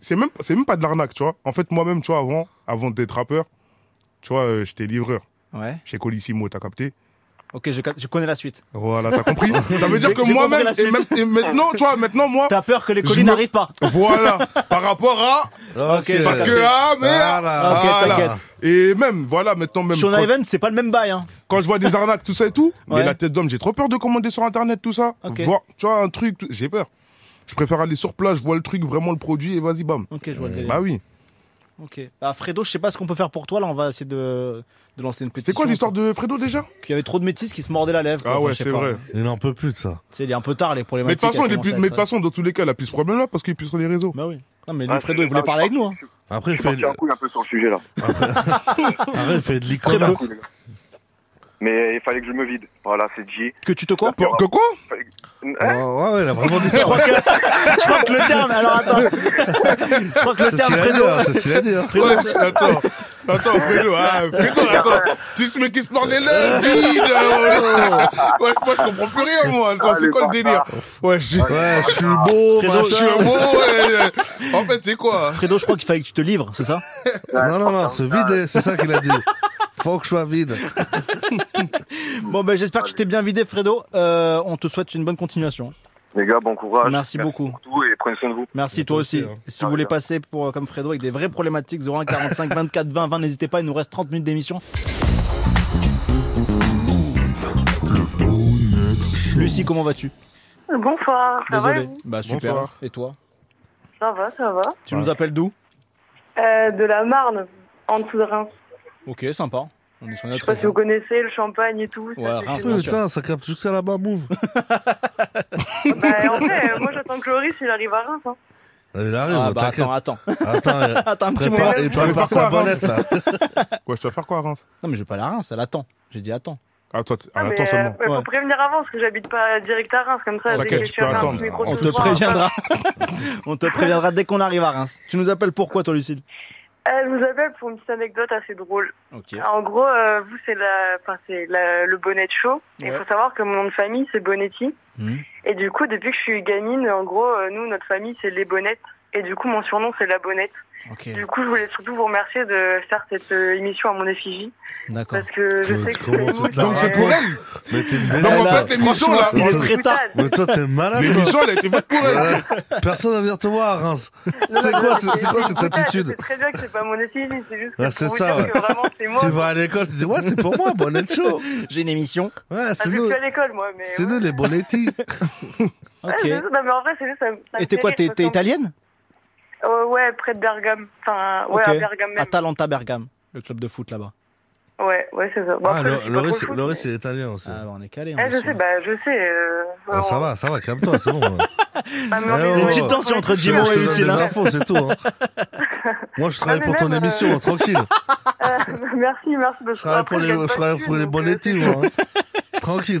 K: c'est même, c'est même pas de l'arnaque, tu vois. En fait, moi-même, tu vois, avant, avant d'être rappeur, tu vois, euh, j'étais livreur.
B: Ouais.
K: Chez Colissimo, t'as capté
B: Ok, je, cap- je connais la suite.
K: Voilà, t'as
B: (laughs)
K: compris Ça veut dire
B: J'ai-
K: que
B: j'ai
K: moi-même,
B: compris la
K: et,
B: suite.
K: même- et maintenant, tu vois, maintenant, moi.
B: T'as peur que les
K: je
B: colis
K: me-
B: n'arrivent pas.
K: (laughs) Voilà, par rapport à.
B: Ok,
K: Parce que,
B: t'as capté.
K: ah, mais.
B: Voilà. Ok,
K: voilà.
B: t'inquiète.
K: Et même, voilà, maintenant, même.
B: Sean
K: quand-
B: Evans, c'est pas le même bail. Hein.
K: quand je vois des arnaques, tout ça et
B: (laughs)
K: tout, mais
B: Ouais.
K: la tête d'homme, j'ai trop peur de commander sur internet tout ça.
B: Ok.
K: Voir, tu vois, un truc, tout- j'ai peur. Je préfère aller sur place, je vois le truc, vraiment le produit et vas-y, bam.
B: Ok, je vois le délire.
K: Bah oui.
B: Ok. Bah, Fredo, je sais pas ce qu'on peut faire pour toi. Là, on va essayer de, de lancer une pétition.
K: C'est quoi l'histoire de Fredo déjà
B: Qu'il y avait trop de métis qui se mordaient la lèvre. quoi.
K: Ah
B: Enfin,
K: ouais,
B: je sais
K: c'est
B: pas.
K: vrai.
B: Tu
C: Il n'en peut plus de ça.
B: sais, il est un peu tard les problèmes.
K: Mais de toute façon, il est plus- mais de
B: euh,
K: toute façon, dans tous les cas, il a plus ce problème-là parce qu'il est plus sur les réseaux.
B: Bah oui. Non, mais
K: Ah,
B: lui, Fredo, il
K: c'est-
B: voulait
K: ah,
B: parler avec nous. hein.
C: Après, il
N: Je
C: fait,
N: suis parti en couille un peu sur le sujet, là.
C: après, il fait de l'e-commerce.
N: Mais il fallait que je me vide. Voilà, c'est dit.
B: Que tu te quoi
K: Que quoi
C: Oh, ouais, ouais, il
K: Ah,
C: a vraiment dit
B: (laughs)
C: ça.
B: Je crois que, je crois que le terme.
C: (laughs)
B: Alors attends. Je crois que le
C: C'est
B: terme
C: ce qu'il a
B: Fredo.
C: dit, hein, c'est ce qu'il a dit, hein.
B: Fredo,
K: Ouais, attends, attends, Fredo, ah, Fredo,
B: (laughs)
K: attends. Tu sais, ce mec qui se mord les lèvres, vide, oh, oh. Ouais, moi, je comprends plus rien, moi. Attends, c'est quoi le délire (laughs) Ouais, j'ai-
C: Ouais, je suis
A: Ah,
C: beau,
K: Fredo, je suis
C: machin.
K: un beau.
C: (laughs)
K: ouais, ouais. En fait, c'est quoi
B: Fredo, je crois qu'il fallait que tu te livres, c'est ça
C: Non, non, non, se vider, eh, c'est ça qu'il a dit. Faut que je sois vide.
B: (laughs) Bon, ben j'espère que tu t'es bien vidé, Fredo. Euh, on te souhaite une bonne continuation.
N: Les gars, bon courage.
B: Merci beaucoup.
N: pour tout et prenez soin de vous.
B: Merci toi aussi.
N: hein.
B: Et si vous voulez passer pour euh, comme Fredo avec des vraies problématiques 01 45 24 20 20, n'hésitez pas, il nous reste 30 minutes d'émission. Lucie, comment vas-tu
A: Bonsoir, ça va
B: Désolé.
A: vous
B: Bah super.
A: Bonsoir.
B: Et toi
A: Ça va, ça va.
B: Tu nous appelles d'où
A: Euh, de la Marne, en dessous de Reims.
B: Ok, sympa. On est
A: Je sais
B: sur notre.
A: pas si vous connaissez le champagne et tout. ça,
B: Ouais,
A: Ah, c'est
B: Reims,
A: chez nous.
B: bien sûr.
C: Putain, ça capte tout que ça là-bas, move.
A: Bah, en fait, euh, moi j'attends que Loris il arrive à Reims. hein.
C: Il arrive,
B: Ah, bah,
C: t'inquiète.
B: attends, attends. (laughs)
C: Attends, euh,
B: Attends un petit
C: prépare-
B: moment.
C: Il prépare sa bonnette, là.
B: (laughs) Ouais, je dois faire quoi à Reims Non, mais je vais pas aller à Reims, elle attend. J'ai dit attends. Ah, toi,
A: Ah, mais, euh, ouais, faut prévenir avant parce que j'habite pas direct à Reims, comme ça. dès que je suis à Reims, le micro
B: On
A: se
B: te
A: voit.
B: préviendra. (laughs) On te préviendra dès qu'on arrive à Reims. Tu nous appelles pourquoi, toi, Lucille
A: Euh, je vous appelle pour une petite anecdote assez drôle.
B: Ok.
A: En gros, euh, vous, c'est la, enfin, c'est la- le bonnet de chaud. Il
B: Ouais. Hmm.
A: faut savoir que mon nom de famille, c'est Bonetti. Et du coup, depuis que je suis gamine, en gros, euh, nous, notre famille, c'est les bonnettes. Et du coup, mon surnom, c'est la bonnette.
B: Ok. (laughs)
A: Du coup, je voulais surtout vous remercier de faire cette euh, émission à mon effigie.
B: D'accord.
A: Parce que je sais que
C: Comment
A: c'est
C: Euh, tu
A: vous
C: te
A: qui-
C: la
K: Donc c'est
C: racontes
K: pour elle
C: Mais t'es une
K: Donc,
C: belle
K: en
C: là.
K: fait, l'émission, là,
C: Franchement,
K: il est
C: toi,
K: très
C: t'es-
K: tard.
C: Mais toi, t'es malade.
K: L'émission,
C: toi.
K: elle a été faite pour elle.
C: Ouais. Personne va venir te voir à Reims.
A: Non,
C: C'est
A: non,
C: quoi,
A: non,
C: ce- c'est quoi cette
A: c'est brutal,
C: attitude
A: C'est très bien que c'est pas mon effigie, c'est juste que
C: Ah,
A: pour
C: c'est
A: vous
C: ça,
A: dire
C: ouais.
A: que vraiment, c'est moi.
C: Tu vas à l'école, tu dis, ouais, c'est pour moi, bonnette chaud.
B: J'ai une émission.
C: Ouais,
A: Ah,
C: c'est
A: je
C: nous.
A: suis à l'école, moi, mais...
C: C'est nous, les bonnettis.
A: Ouais,
B: (laughs) Ok.
A: c'est ça. non, mais en vrai, c'est juste... Ça, me- ça me
B: Et t'es
A: fait
B: quoi
A: rire,
B: T'es
A: parce
B: t'es
A: qu'en-
B: italienne
A: Euh, ouais, près de Bergame. Enfin, ouais, à
B: Ok.
A: Bergame même.
B: Atalanta Bergame, le club de foot là-bas.
A: Ouais, ouais, c'est ça.
C: Ah,
A: Bon, après, je suis pas trop le foot, mais-
C: c'est italien aussi.
B: Ah, bah, on est calé.
A: Eh, je sais, bah, je sais. Euh...
C: Ah, ça va, ça va, calme-toi, c'est bon.
A: Ah, mais on
C: Eh,
A: est-
C: ouais,
B: Une
C: ouais.
B: petite tension entre
C: Je-
B: Jimon
C: je te
B: et
C: donne
B: Lucille,
C: des
B: hein.
C: infos, c'est tout. hein. Moi, je travaille
A: Ah, mais
C: pour ton
A: même, euh,
C: émission, hein,
A: (laughs)
C: tranquille.
A: Euh, merci, merci. Parce que
C: Je travaille
A: après,
C: pour les,
A: gagne
C: je
A: pas de
C: travaille
A: thunes,
C: pour les
A: donc, euh.
C: bonnettis, moi. hein. Tranquille,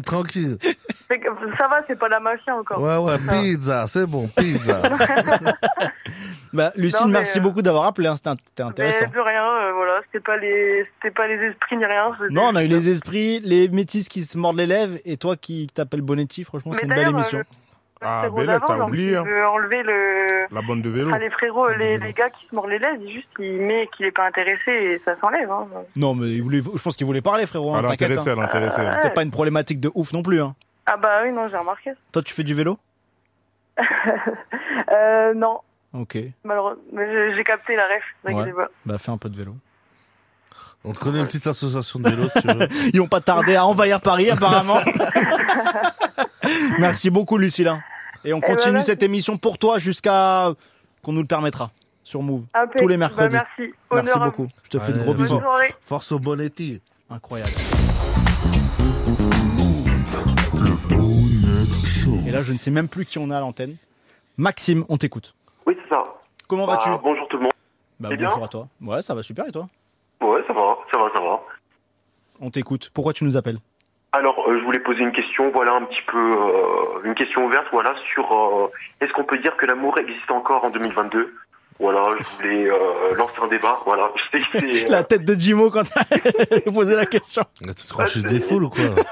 K: (laughs)
C: tranquille.
A: c'est que- Ça va, c'est pas la mafia encore.
C: Ouais, ouais,
K: Ah.
A: Ça va.
C: pizza, c'est bon, pizza.
B: (laughs) Bah, Lucille,
A: Non, mais,
B: merci
A: euh,
B: beaucoup d'avoir appelé. hein, C'était c'était
A: Mais
B: intéressant.
A: plus rien, euh, voilà, c'était pas les, c'était pas les esprits ni rien. c'était-
B: Non, on a eu les esprits, les métis qui se mordent les lèvres et toi qui t'appelles Bonetti. Franchement,
A: Mais
B: c'est une belle
A: d'ailleurs,
B: émission.
A: euh,
K: Ah,
A: seconde
K: Bella,
A: avant, euh,
K: t'as
A: genre,
K: oublié. hein.
A: je veux enlever le.
K: La bande de vélo.
A: Ah, les frérots, les, les gars qui se mordent les lèvres, juste il met qu'il est pas intéressé et ça s'enlève. Hein.
B: Non, mais il voulait- je pense qu'il voulait parler, frérot.
K: Ah,
B: hein, t'inquiète,
K: l'intéressait,
B: hein.
K: l'intéressait.
B: C'était pas une problématique de ouf non plus. Hein.
A: Ah bah oui, non, j'ai remarqué. (laughs)
B: Toi, tu fais du vélo
A: Euh, non,
B: Ok.
A: malheureusement, mais j'ai- j'ai capté la ref, ne
B: Ouais.
A: t'inquiétez pas.
B: Bah, fais un peu de vélo.
C: On te connaît une petite association de vélo, si tu veux.
B: (laughs) Ils ont pas tardé à envahir
C: (laughs)
B: Paris, apparemment. Merci beaucoup, Lucilla. Et on
A: ben,
B: continue
A: merci.
B: cette émission pour toi jusqu'à qu'on nous le permettra sur Move
A: Ah, ok.
B: tous les
A: Bah,
B: mercredis.
A: merci.
B: Merci
A: Honneur à
B: beaucoup.
A: vous.
B: Je te fais de
C: Allez,
B: gros
C: bonne
B: bisous.
A: soirée.
C: Force au bonnetti.
B: Incroyable. Et là, je ne sais même plus qui on a à l'antenne. Maxime, on t'écoute.
O: Oui, c'est ça.
B: Comment
O: Bah,
B: vas-tu
O: Bonjour tout le monde.
B: Bah,
O: Eh bien
B: bonjour à toi. Ouais, ça va super et toi
O: Ouais, ça va, ça va, ça va.
B: On t'écoute. Pourquoi tu nous appelles
O: Alors, euh, je voulais poser une question, voilà, un petit peu, euh, une question ouverte, voilà, sur euh, est-ce qu'on peut dire que l'amour existe encore en 2022 Voilà, je voulais euh, lancer un débat, voilà. (laughs) Je sais que c'est.
B: (laughs) La tête de Jimo quand t'as (laughs) posé la question.
C: Tu te crois chez des foules ou quoi
O: euh,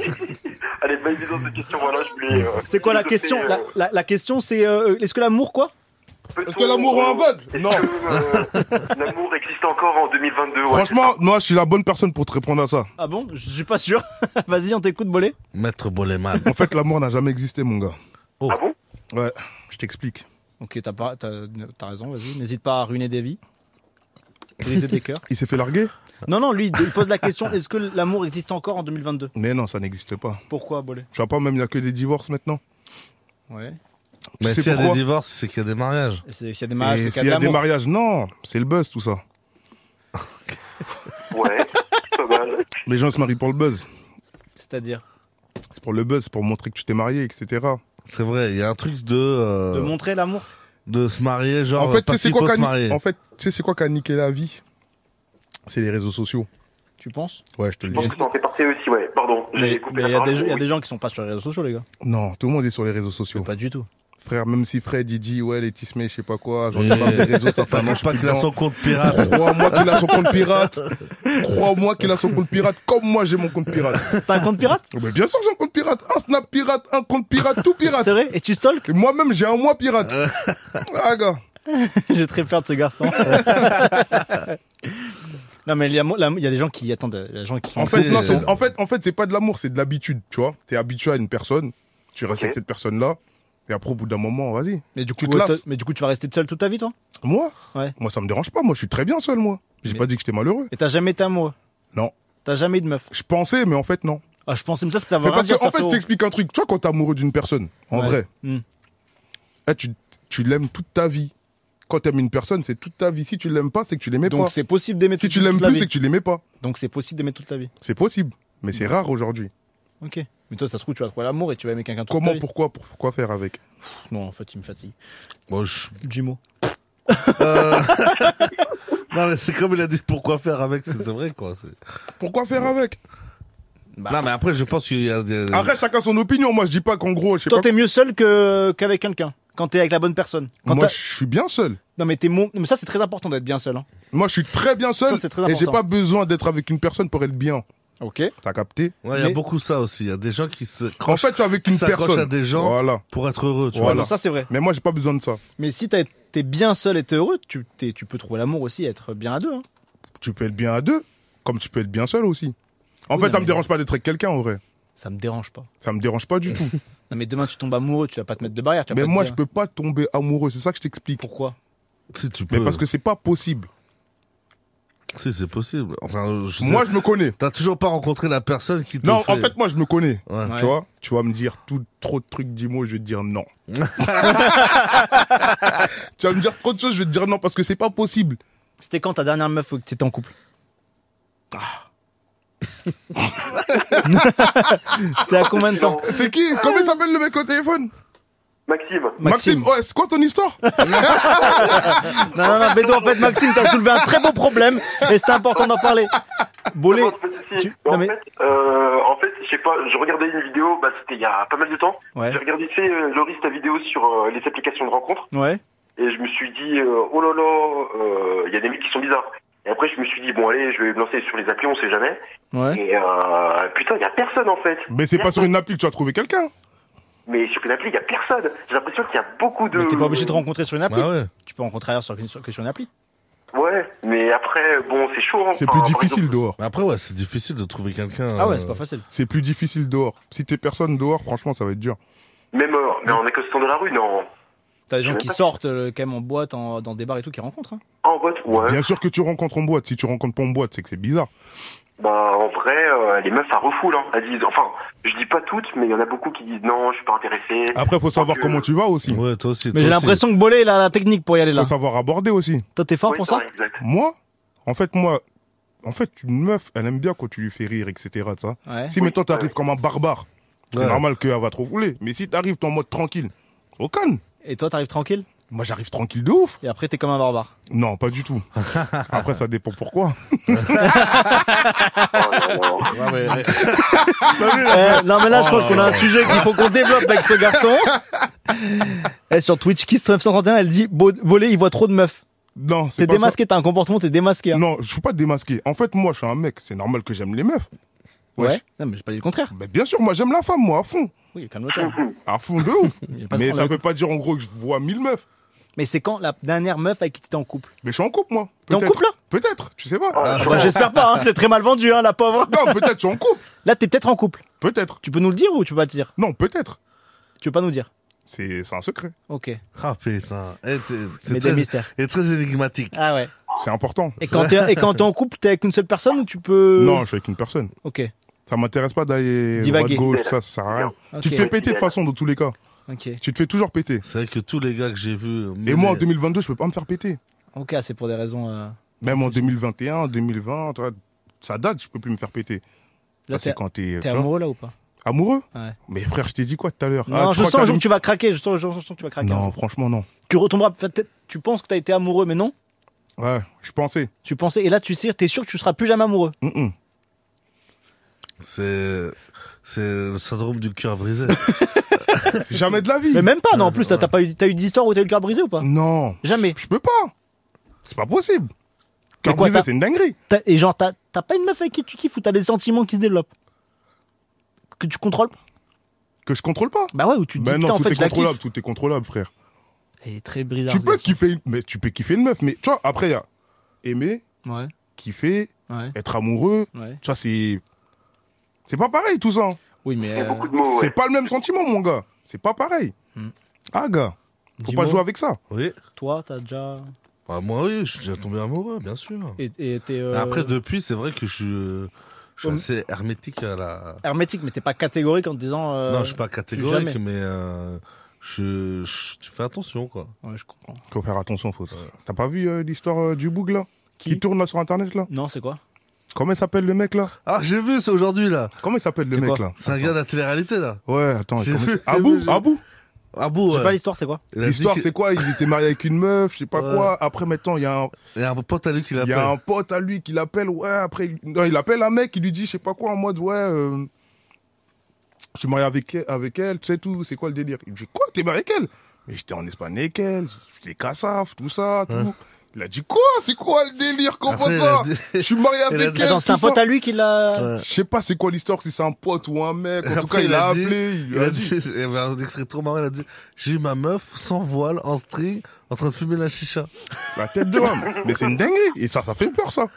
O: (laughs) Allez, bah, disons cette question, voilà, je voulais. euh,
B: (laughs) C'est quoi la
O: je
B: question
O: sais, euh,
B: la, la- la question, c'est euh, est-ce que l'amour quoi
O: Est-ce
K: que l'amour est un vogue
O: Non. L'amour existe encore en 2022 ouais.
K: Franchement, moi, je suis la bonne personne pour te répondre à ça.
B: Ah bon Je suis pas sûr. (laughs) Vas-y, on t'écoute, Bolé.
C: Maître Boleman.
K: En fait, l'amour n'a jamais existé, mon gars.
B: Oh.
O: Ah bon
K: Ouais, je t'explique.
B: Ok, t'as pas, t'as, t'as raison. Vas-y, n'hésite pas à ruiner des vies,
C: (laughs)
B: briser des cœurs.
K: Il s'est fait larguer
B: Non, non, lui, il pose la question est-ce que l'amour existe encore en 2022
K: Mais non, ça n'existe pas.
B: Pourquoi, Bolé
K: Tu vois pas, même il n'y a que des divorces maintenant.
B: Ouais.
K: Tu
C: Mais
K: sais
C: s'il y a des
K: pourquoi
C: divorces, c'est qu'il y a des mariages.
B: Et S'il y a des mariages,
K: Et
B: c'est qu'il
K: s'il y a des
B: l'amour.
K: mariages, non, c'est le buzz tout ça.
O: Ouais, pas mal.
K: Les gens se marient pour le buzz.
B: (laughs) C'est-à-dire
K: C'est pour le buzz, pour montrer que tu t'es marié, etc.
C: C'est vrai, il y a un truc de. euh,
B: De montrer l'amour
C: de se marier, genre.
K: en fait, tu sais
C: parce
K: c'est
C: qu'il
K: quoi
C: faut se
K: qu'a
C: marier.
K: en fait, tu sais c'est quoi qu'a niqué la vie C'est les réseaux sociaux.
B: Tu penses
K: Ouais, je te
O: Je
K: le
O: pense
K: dis.
O: que ça en fait partie aussi, ouais. Pardon, j'ai
B: Mais
O: coupé
B: mais
O: la
B: il y, a
O: parole.
B: des gens- il y a des gens qui sont pas sur les réseaux
K: (laughs)
B: sociaux, les gars.
K: Non, tout le monde est sur les réseaux sociaux.
B: Pas du tout.
K: Frère, même si Fred il dit ouais les tismés, je sais pas quoi, j'en ai
C: Et-
K: marre des réseaux, ça fait un an,
C: T'inquiète
K: je suis
C: pas
K: plus
C: qu'il a
K: dedans.
C: son compte pirate.
K: Crois-moi qu'il a son compte pirate. Crois-moi qu'il a son compte pirate comme moi j'ai mon compte pirate.
B: T'as un compte pirate
K: Mais bien sûr que j'ai un compte pirate, un snap pirate, un compte pirate, tout pirate.
B: C'est vrai Et tu stalk
K: Moi-même j'ai un mois pirate.
B: Euh.
K: ah gars.
B: (laughs) J'ai très peur de
K: (laughs)
B: ce garçon. non, mais il y, a, l'amour- il y a des gens qui attendent, il y a des gens qui sont
K: En fait, non,
B: c'est
K: c'est- en fait, en fait, c'est pas de l'amour, c'est de l'habitude, tu vois. T'es habitué à une personne, tu restes avec cette personne-là, et après, au bout d'un moment, vas-y.
B: Mais du
K: tu
B: coup,
K: te
B: euh,
K: lasses.
B: t'as- mais du coup, tu vas rester seul toute ta vie, toi
K: Moi
B: Ouais.
K: Moi, ça me dérange pas, moi, je suis très bien seul, moi. J'ai pas dit que j'étais malheureux.
B: Et t'as jamais été amoureux
K: Non.
B: T'as jamais eu de meuf
K: Je pensais, mais en fait, non.
B: Ah, je pensais, mais ça, ça va
K: Mais
B: rien
K: parce
B: dire,
K: que, en
B: ça
K: fait,
B: fait
K: je
B: au-
K: t'explique un truc. Tu vois, quand t'es amoureux d'une personne, en
B: Ouais.
K: vrai,
B: Mm.
K: eh, tu, tu l'aimes toute ta vie. Quand t'aimes une personne, c'est toute ta vie. Si tu l'aimes pas, c'est que tu l'aimais pas.
B: Donc c'est possible d'aimer
K: Si
B: toute-
K: tu l'aimes
B: toute la
K: plus,
B: vie.
K: c'est que tu l'aimais pas.
B: Donc c'est possible d'aimer toute la vie.
K: C'est possible. Mais c'est rare
B: (laughs)
K: aujourd'hui.
B: Ok. Mais toi, ça se trouve, tu vas trouver l'amour et tu vas aimer quelqu'un toute
K: Comment,
B: ta vie.
K: pourquoi, pourquoi faire avec
B: Non, en fait, il me fatigue.
C: Moi,
B: (laughs)
C: je...
B: Jimo.
C: non, mais c'est comme il a dit, pourquoi faire avec C'est c'est vrai, quoi. c'est-
K: Pourquoi faire avec Bah.
C: Non, mais après, je pense qu'il y a. il y a-
K: Après, chacun son opinion. Moi, je dis pas qu'en gros, je sais
B: Euh. Toi,
K: pas.
B: t'es mieux seul que qu'avec quelqu'un. Quand t'es avec la bonne personne. Quand
K: Moi,
B: t'as-
K: je suis bien seul.
B: Non, mais t'es mon. Mais ça, c'est très important d'être bien seul. hein.
K: Moi, je suis très bien seul.
B: Ça, c'est très
K: et j'ai
B: important.
K: pas besoin d'être avec une personne pour être bien.
B: Ok.
K: T'as capté
C: Ouais, il y a beaucoup ça aussi. Il y a des gens qui se.
K: En fait, tu es avec
C: qui
K: une
C: s'accrochent
K: personne.
C: à des gens
K: Voilà.
C: pour être heureux, tu
K: Voilà.
C: vois.
B: Ça, c'est vrai.
K: Mais moi, j'ai pas besoin de ça.
B: Mais si t'as- t'es bien seul et t'es heureux, tu, t'es- tu peux trouver l'amour aussi, être bien à deux. hein.
K: Tu peux être bien à deux, comme tu peux être bien seul aussi. En
B: Oui,
K: fait,
B: non,
K: ça me
B: mais-
K: dérange pas d'être avec quelqu'un, en vrai.
B: Ça me dérange pas.
K: Ça me dérange pas
B: (laughs)
K: du tout.
B: Non, mais demain, tu tombes amoureux, tu vas pas te mettre de barrière. Tu vas
K: Mais
B: pas te
K: moi,
B: dire-
K: je peux pas tomber amoureux. C'est ça que je t'explique.
B: Pourquoi
K: Mais
C: peux.
K: parce que c'est pas possible.
C: Si, c'est possible. Enfin, euh, je
K: Moi, je me connais.
C: T'as toujours pas rencontré la personne qui te.
K: Non,
C: fait...
K: en fait, moi, je me connais.
C: Ouais.
K: Tu
C: Ouais.
K: vois Tu vas me dire tout, trop de trucs, dix mots, je vais te dire
C: (laughs)
K: non. tu vas me dire trop de choses, je vais te dire non, parce que c'est pas possible.
B: C'était quand ta dernière meuf où t'étais en couple (laughs) C'était à combien de temps
K: (laughs) C'est qui Comment il s'appelle le mec au téléphone
O: Maxime.
K: Maxime, ouais, c'est quoi ton histoire
B: Non, non, non, Bédo, en fait, Maxime, t'as soulevé un très beau problème et c'était important d'en parler. Bolé, tu- non, mais-
O: Euh, en fait, je sais pas, je regardais une vidéo, bah, c'était il y a pas mal de temps.
B: Ouais.
O: J'ai regardé, tu sais, euh, Loris, ta vidéo sur euh, les applications de rencontres.
B: Ouais.
O: Et je me suis dit, euh, oh là là, euh, il y a des mecs qui sont bizarres. Et après, je me suis dit, bon, allez, je vais me lancer sur les applis, on sait jamais.
B: (laughs) Ouais.
O: Et euh, putain, il y a personne en fait.
K: Mais c'est pas sur une appli que tu vas trouver quelqu'un.
O: Mais sur une appli, il y a personne. J'ai l'impression qu'il y a beaucoup de.
B: Mais t'es pas obligé de te rencontrer sur une appli.
K: Ah
O: Bah ouais.
B: Tu peux rencontrer ailleurs sur, que sur- que sur une appli.
O: Ouais, mais après, bon, c'est chaud. hein. Enfin, par exemple,
K: dehors.
C: Après, ouais, c'est difficile de trouver quelqu'un.
B: Ah ouais,
C: euh,
B: c'est pas facile.
K: C'est plus difficile dehors. Si t'es personne dehors, franchement, ça va être dur.
O: Même euh, mais en écosystème de la rue, non.
B: T'as des gens
O: Je
B: qui
O: sais pas.
B: sortent euh, quand même en boîte, en- dans des bars et tout, qui rencontrent. hein.
O: En boîte, ouais.
K: Bien sûr que tu rencontres en boîte. Si tu rencontres pas en boîte, c'est que c'est bizarre.
O: Bah, en vrai, euh, les meufs, ça refoule. Hein. Elles disent, enfin, je dis pas toutes, mais il y en a beaucoup qui disent non, je suis pas intéressé.
K: Après, faut savoir comment tu vas aussi.
C: Ouais, toi aussi.
B: Mais j'ai l'impression que Bolé, il a la technique pour y aller là.
K: Faut savoir aborder aussi.
B: Toi, t'es fort
O: Oui,
B: pour ça
O: ouais, exact.
K: Moi, en fait, moi, en fait, une meuf, elle aime bien quand tu lui fais rire, etc. de Ça.
B: Ouais.
K: Si maintenant t'arrives comme un barbare, c'est
C: Ouais.
K: normal qu'elle va trop fouler. Mais si t'arrives en mode tranquille, au calme.
B: Et toi, t'arrives tranquille
K: Moi, j'arrive tranquille de ouf.
B: Et après, t'es comme un (laughs) barbare.
K: Non, pas
C: (laughs)
K: du tout. Après, ça dépend pourquoi. (laughs)
B: (laughs) Euh, non, mais là, je pense
K: Oh,
B: qu'on a un
K: non.
B: sujet qu'il faut qu'on développe avec
K: (laughs)
B: ce garçon. Et sur Twitch, Kiss931, elle dit Bo- Bolé, il voit trop de meufs.
K: Non, c'est
B: T'es
K: pas ça.
B: démasqué, t'as un comportement, t'es démasqué. hein.
K: Non, je suis pas démasqué. En fait, moi, je suis un mec. C'est normal que j'aime les meufs.
B: Ouais.
K: Wesh.
B: Non, mais j'ai pas dit le contraire.
K: Mais Bah, bien sûr, moi, j'aime la femme, moi, à fond.
B: Oui, calme-toi.
K: À fond de ouf.
B: (laughs) y a pas de
K: Mais ça
B: problème.
K: veut pas dire, en gros, que je vois mille meufs.
B: Mais c'est quand la dernière meuf avec qui t'étais en couple
K: Mais je suis en couple, moi.
B: T'es en
K: Peut-être.
B: couple, là
K: Peut-être, tu sais pas.
B: Ah bah, J'espère pas, hein, c'est très mal vendu, hein, la pauvre.
K: Non, peut-être, je suis en couple.
B: (laughs) Là, t'es peut-être en couple.
K: Peut-être.
B: Tu peux nous le dire ou tu peux pas le dire
K: Non, peut-être.
B: Tu veux pas nous dire
K: C'est c'est un secret.
B: Ok.
C: Ah putain. Et t'es- t'es
B: Mais des
C: très-
B: mystères.
C: Et très énigmatique.
B: Ah ouais.
K: C'est important.
B: Et quand t'es et quand
K: (laughs)
B: t'es en couple, t'es avec une seule personne ou tu peux
K: Non, je suis avec une personne.
B: Ok.
K: Ça m'intéresse pas d'aller
B: Divaguer.
K: droite gauche, ça, ça sert à rien.
B: Ok.
K: Tu te fais péter de toute façon dans tous les cas.
B: Ok.
K: Tu te fais toujours péter.
C: C'est vrai que tous les gars que j'ai vus. euh,
K: Et moi en
C: mais-
K: 2022, je peux pas me faire péter.
B: Ok, c'est pour des raisons. euh,
K: Même en 2021, 2020, tu vois, ça date, je peux plus me faire péter. Ça,
B: Là,
K: Ah, c'est
B: t'es-
K: quand t'es
B: T'es
K: tu vois.
B: amoureux là ou pas
K: Amoureux
B: Ouais.
K: Mais frère, je t'ai dit quoi tout à l'heure
B: Non,
K: Ah,
B: je
K: crois
B: sens
K: qu'un
B: un jour
K: jour-
B: que tu vas craquer. Je sens, je sens que tu vas craquer. hein. un
K: Ah, Non,
B: jour.
K: franchement, non.
B: Tu retomberas. peut-être- Tu penses que t'as été amoureux, mais non.
K: Ouais, je pensais. Mm,
B: Tu pensais. Et là, tu sais, t'es sûr que tu seras plus jamais amoureux.
K: Mm-mm.
C: C'est. C'est Euh, le syndrome du cœur brisé.
K: (laughs) Jamais de la vie. Euh,
B: Mais même pas. Non, en plus, t'as t'as pas eu, t'as eu d'histoire où t'as eu le cœur brisé ou pas
K: Non,
B: Jamais.
K: je peux pas. C'est pas possible. Cœur
B: quoi,
K: brisé,
B: t'as-
K: c'est une dinguerie.
B: T'as- Et genre, t'as t'as pas une meuf avec qui tu kiffes ou t'as des sentiments qui se développent que tu contrôles pas
K: Que je contrôle pas.
B: Bah ouais, ou tu te dis
K: Ben
B: putain,
K: non,
B: en
K: tout
B: fait,
K: est
B: je la
K: contrôlable,
B: kiffe.
K: tout est contrôlable, frère.
B: Elle est très brisée.
K: tu peux kiffer une... mais tu peux kiffer une meuf mais tu vois après il y a aimer
B: Ouais.
K: kiffer
B: Ouais.
K: être amoureux
B: Ouais.
K: tu vois c'est c'est pas pareil tout ça
B: Oui, mais. euh,
K: c'est pas le même sentiment mon gars c'est pas pareil
B: Hmm.
K: ah gars faut
B: Dis-moi.
K: pas jouer avec ça
C: Oui.
B: Toi, t'as déjà.
C: Bah, moi, oui, je suis déjà tombé amoureux, bien sûr.
B: Et et t'es. euh,
C: Après, depuis, c'est vrai que je suis. euh, Je Je suis assez hermétique à la.
B: Hermétique, mais t'es pas catégorique en te disant. euh,
C: non, je suis pas
B: plus
C: catégorique,
B: jamais.
C: mais euh, je, je- tu fais attention, quoi.
B: Ouais, je comprends.
K: Faut faire attention, faut. T'as pas vu euh, l'histoire euh, du boug là qui, tourne là sur internet là
B: Non, c'est quoi
K: Comment il s'appelle le mec là
C: Ah, j'ai vu, c'est aujourd'hui là.
K: Comment il s'appelle le
C: C'est
K: mec
C: quoi
K: là
C: C'est un gars de la télé-réalité, là.
K: Ouais, attends.
C: J'ai
K: comment
C: vu. (laughs)
K: il
B: Ah
K: s- Abou Abou
C: Abou, ouais. Il a dit
K: L'histoire,
C: que-
K: c'est quoi Ils étaient mariés avec une meuf, je sais pas
C: Ouais.
K: quoi. Après, maintenant, il y a un.
C: Il y a un pote à lui qui
K: Il
C: l'appelle.
K: y a un pote à lui qui l'appelle, ouais, après, il- non, il appelle un mec, il lui dit, je sais pas quoi, en mode, ouais, euh, je suis marié avec elle, avec elle, tu sais tout, c'est quoi le délire Il me dit, quoi, t'es marié avec elle Mais j'étais en Espagne avec elle, j'étais cassaf, tout ça, tout. Il a dit, quoi, c'est quoi le délire, comment
B: Après, il
K: ça
B: a dit-
K: (laughs) Je suis marié
B: Il a
K: avec
B: dit-
K: elle.
B: Attends, c'est
K: tout
B: un pote
K: ça.
B: à lui qui l'a.
K: Je sais pas c'est quoi l'histoire, si c'est un pote ou un mec, en tout
C: Après,
K: cas, il, a,
C: dit-
K: appelé, il lui a, dit.
C: il y avait un extrait trop marrant, il a dit J'ai eu ma meuf sans voile, en string, en train de fumer la chicha.
K: La tête de
C: (laughs)
K: homme. Mais c'est une dinguerie. Et ça, ça fait peur, ça.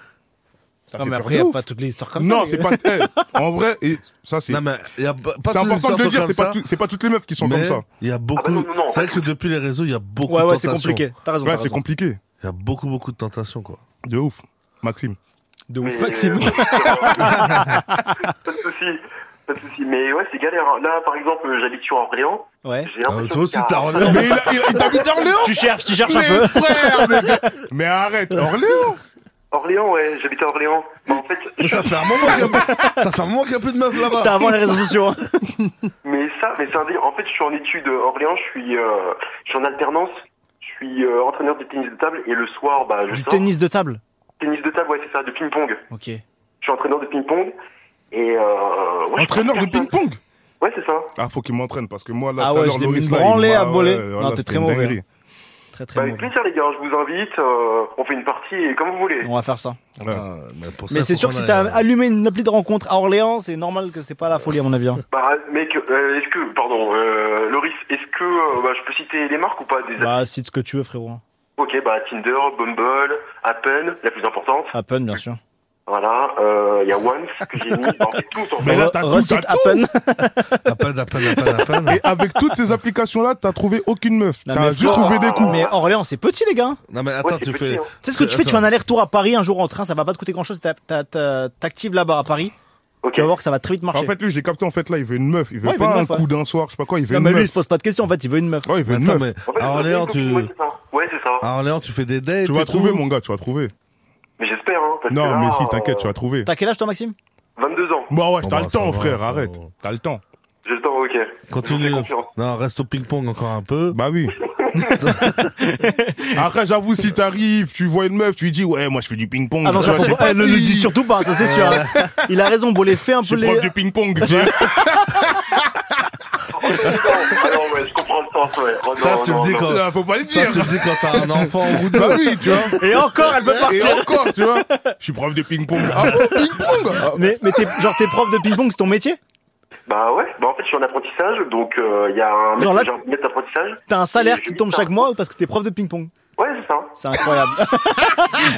K: Ça
B: Non,
K: fait
B: mais
K: peur
B: après,
K: de
B: y a
K: ouf.
B: pas toutes les histoires comme ça.
K: non, c'est pas.
B: (laughs)
K: eh, en vrai, et ça, c'est.
C: Non, mais il y a pas
K: C'est
C: toutes
K: important
C: les
K: de le
C: histoires
K: dire,
C: comme
K: c'est pas,
C: ça.
K: tout- c'est pas toutes les meufs qui sont
C: Mais
K: comme ça.
C: Il y a
K: Ah,
C: beaucoup. c'est vrai que depuis les réseaux, il y a beaucoup
K: Ouais,
C: de
K: ouais, c'est
C: tentations.
K: compliqué. T'as raison, Ouais, t'as c'est raison. compliqué.
C: Il y a beaucoup, beaucoup de tentations, quoi.
K: De ouf. Maxime.
B: De
K: ouf,
O: (laughs)
B: Maxime.
O: euh, Pas de soucis, pas de soucis. Mais ouais, c'est galère. hein. Là, par exemple, euh, j'habite sur Orléans.
B: Ouais.
O: J'ai l'impression
K: toi aussi,
O: qu'il y a-
K: t'as Orléans. Mais il a- il a- il t'habite à Orléans
B: Tu cherches, tu cherches un
K: Mais
B: peu.
K: frère, mais, mais arrête, Orléans
O: Orléans, ouais, j'habite à Orléans. Mais en fait,
C: (laughs) ça fait un moment qu'il y a- ça fait un moment qu'il y a plus de meufs là-bas.
B: C'était avant les réseaux sociaux. hein.
O: Mais ça, mais c'est un délire. En fait, je suis en études à Orléans, je suis, euh, je suis en alternance, je suis euh, entraîneur de tennis de table et le soir, bah, je
B: Du
O: sors.
B: tennis de table.
O: Tennis de table, ouais, c'est ça, de ping-pong.
B: Ok.
O: Je suis entraîneur de ping-pong et euh, ouais, je-
K: Entraîneur de ping-pong
O: Ouais, c'est ça.
K: Ah, faut qu'il m'entraîne parce que moi, là,
B: Ah
K: tout à
B: ouais,
K: l'heure,
B: je l'ai mis
K: Loris, là, il
B: branlé
K: m'a-
B: à boler.
K: ouais,
B: Non,
K: voilà,
B: t'es
K: c'était
B: très
K: une
B: mauvais,
K: dinguerie.
B: Très, très
O: Bah, avec
B: mauvais.
O: plaisir, les gars, je vous invite, euh, on fait une partie et comme vous voulez.
B: On va faire ça.
C: Ah, mais pour ça,
B: Mais c'est
C: faut
B: sûr que
C: qu'on
B: si
C: aille,
B: t'as
C: euh,
B: allumé une appli de rencontre à Orléans, c'est normal que c'est pas la folie, à mon avis. hein.
O: Bah, mec, euh, est-ce que, pardon, euh, Loris, est-ce que euh, bah, je peux citer les marques ou pas des...
B: Bah, cite ce que tu veux, frérot.
O: Ok, bah Tinder, Bumble, Appen, la plus importante.
B: Appen, bien sûr.
O: Voilà, euh, il y a Once que j'ai mis.
K: (laughs)
O: En fait, tout en fait.
B: Recite Appen.
C: Appen, Appen, Appen, Appen.
K: Et avec toutes ces applications-là, t'as trouvé aucune meuf.
B: Non,
K: T'as
B: mais
K: juste
B: frère,
K: trouvé des coups.
B: Mais Orléans, c'est petit, les gars. hein.
C: Non, mais attends, tu
K: hein.
C: fais.
B: Tu sais ce que tu fais Tu fais un aller-retour à Paris un jour en train, ça va pas te coûter grand-chose. t'as- t'as- t'as- T'actives là-bas à Paris. Tu vas voir que ça va très vite marcher.
K: En fait, lui, j'ai capté, en fait, là, il veut une meuf. Il veut
B: Ouais, il veut
K: pas
B: une
K: un
B: meuf,
K: coup
B: ouais.
K: d'un soir, je sais pas quoi, il veut
B: non,
K: une
B: mais lui, il
K: meuf.
B: se pose pas de questions. En fait, il veut une meuf.
K: Ouais, il veut une
C: Attends,
K: meuf.
C: mais à Orléans, tu.
O: Ouais, c'est ça.
C: À Orléans, tu fais des dates.
K: Tu vas
C: et
K: trouver,
C: tout.
K: mon gars, tu vas trouver.
O: (laughs) Mais j'espère, hein. Parce que
K: Non,
O: là,
K: mais si, t'inquiète,
O: euh,
K: tu vas trouver.
B: T'as quel âge, toi, Maxime
O: 22 ans.
K: Bah ouais, t'as
C: bah,
K: le
C: ça
K: temps,
C: va,
K: frère,
C: ça
K: arrête. T'as le temps.
O: J'ai le temps, ok.
C: Continue. Non, reste au ping-pong encore un peu.
K: Bah
C: (laughs)
K: oui. Après, j'avoue, si t'arrives, tu vois une meuf, tu lui dis, ouais, moi, je fais du ping-pong.
B: Ah non,
K: Tu
B: ça
K: vois,
B: faut
K: je sais
B: pas.
K: pas
B: Ne le
K: si-
B: dis surtout pas, ça c'est sûr. hein. (laughs) Il a raison, Bolé, fais un
K: Je
B: peu
K: suis
B: les.
K: prof de ping-pong.
B: (laughs)
K: tu sais.
O: Ah non, ouais, je comprends le sens, ouais. Oh,
C: Ça,
O: non,
C: tu le
O: non,
C: dis
O: non.
C: quand.
K: Ah, faut pas le
C: Ça,
K: dire.
C: tu le dis quand t'as un enfant en route.
K: Bah oui, tu vois.
B: Et encore, elle peut
K: Et
B: partir.
K: encore, tu vois. Je suis prof de ping-pong. Ah bon, ping-pong Ah,
B: Mais, mais t'es, genre, t'es prof de ping-pong, c'est ton métier
O: Bah ouais, bah en fait, je suis en apprentissage, donc euh, il y a un
B: Genre là,
O: j'ai un maître d'apprentissage.
B: T'as un salaire qui tombe chaque mois parce que t'es prof de ping-pong
O: Ouais, c'est ça.
B: C'est incroyable.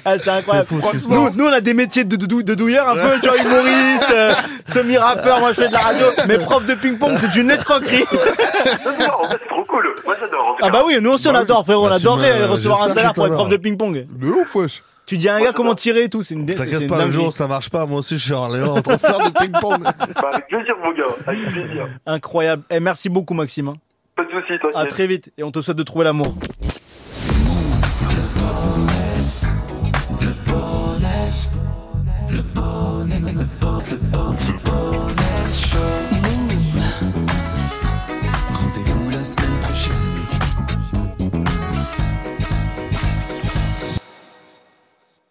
B: ah, c'est incroyable.
O: fou ce qui se
B: nous,
O: passe.
B: nous, on a des métiers de, de, de douilleur un peu, tu vois, humoriste, euh, semi-rappeur, moi je fais de la radio. Mais prof de ping-pong, c'est
O: (laughs)
B: une escroquerie.
O: Trop cool. Moi, j'adore. en tout
B: ah
O: cas.
B: bah oui, nous aussi on adore, frérot, on
C: Bah, tu
B: adorerait
C: m'as-
B: recevoir un
C: j'espère
B: salaire
C: que
B: pour être
C: t'en
B: prof
C: as.
B: de ping-pong.
K: De ouf, wesh.
B: Tu dis à un gars comment tirer et tout, c'est une dé- c'est
C: T'inquiète
B: une
C: pas, le
B: dinguerie.
C: jour où ça marche pas, moi aussi, je suis à Orléans en train de
O: (laughs)
C: faire du ping-pong.
O: Bah, avec plaisir, mon gars. Avec plaisir.
B: Incroyable. Et merci beaucoup, Maxime. hein.
O: Pas de soucis, toi.
B: À très vite et on te souhaite de trouver l'amour.
A: Le bonnet, le bonnet, le bonnet, le bonnet, le bonnet.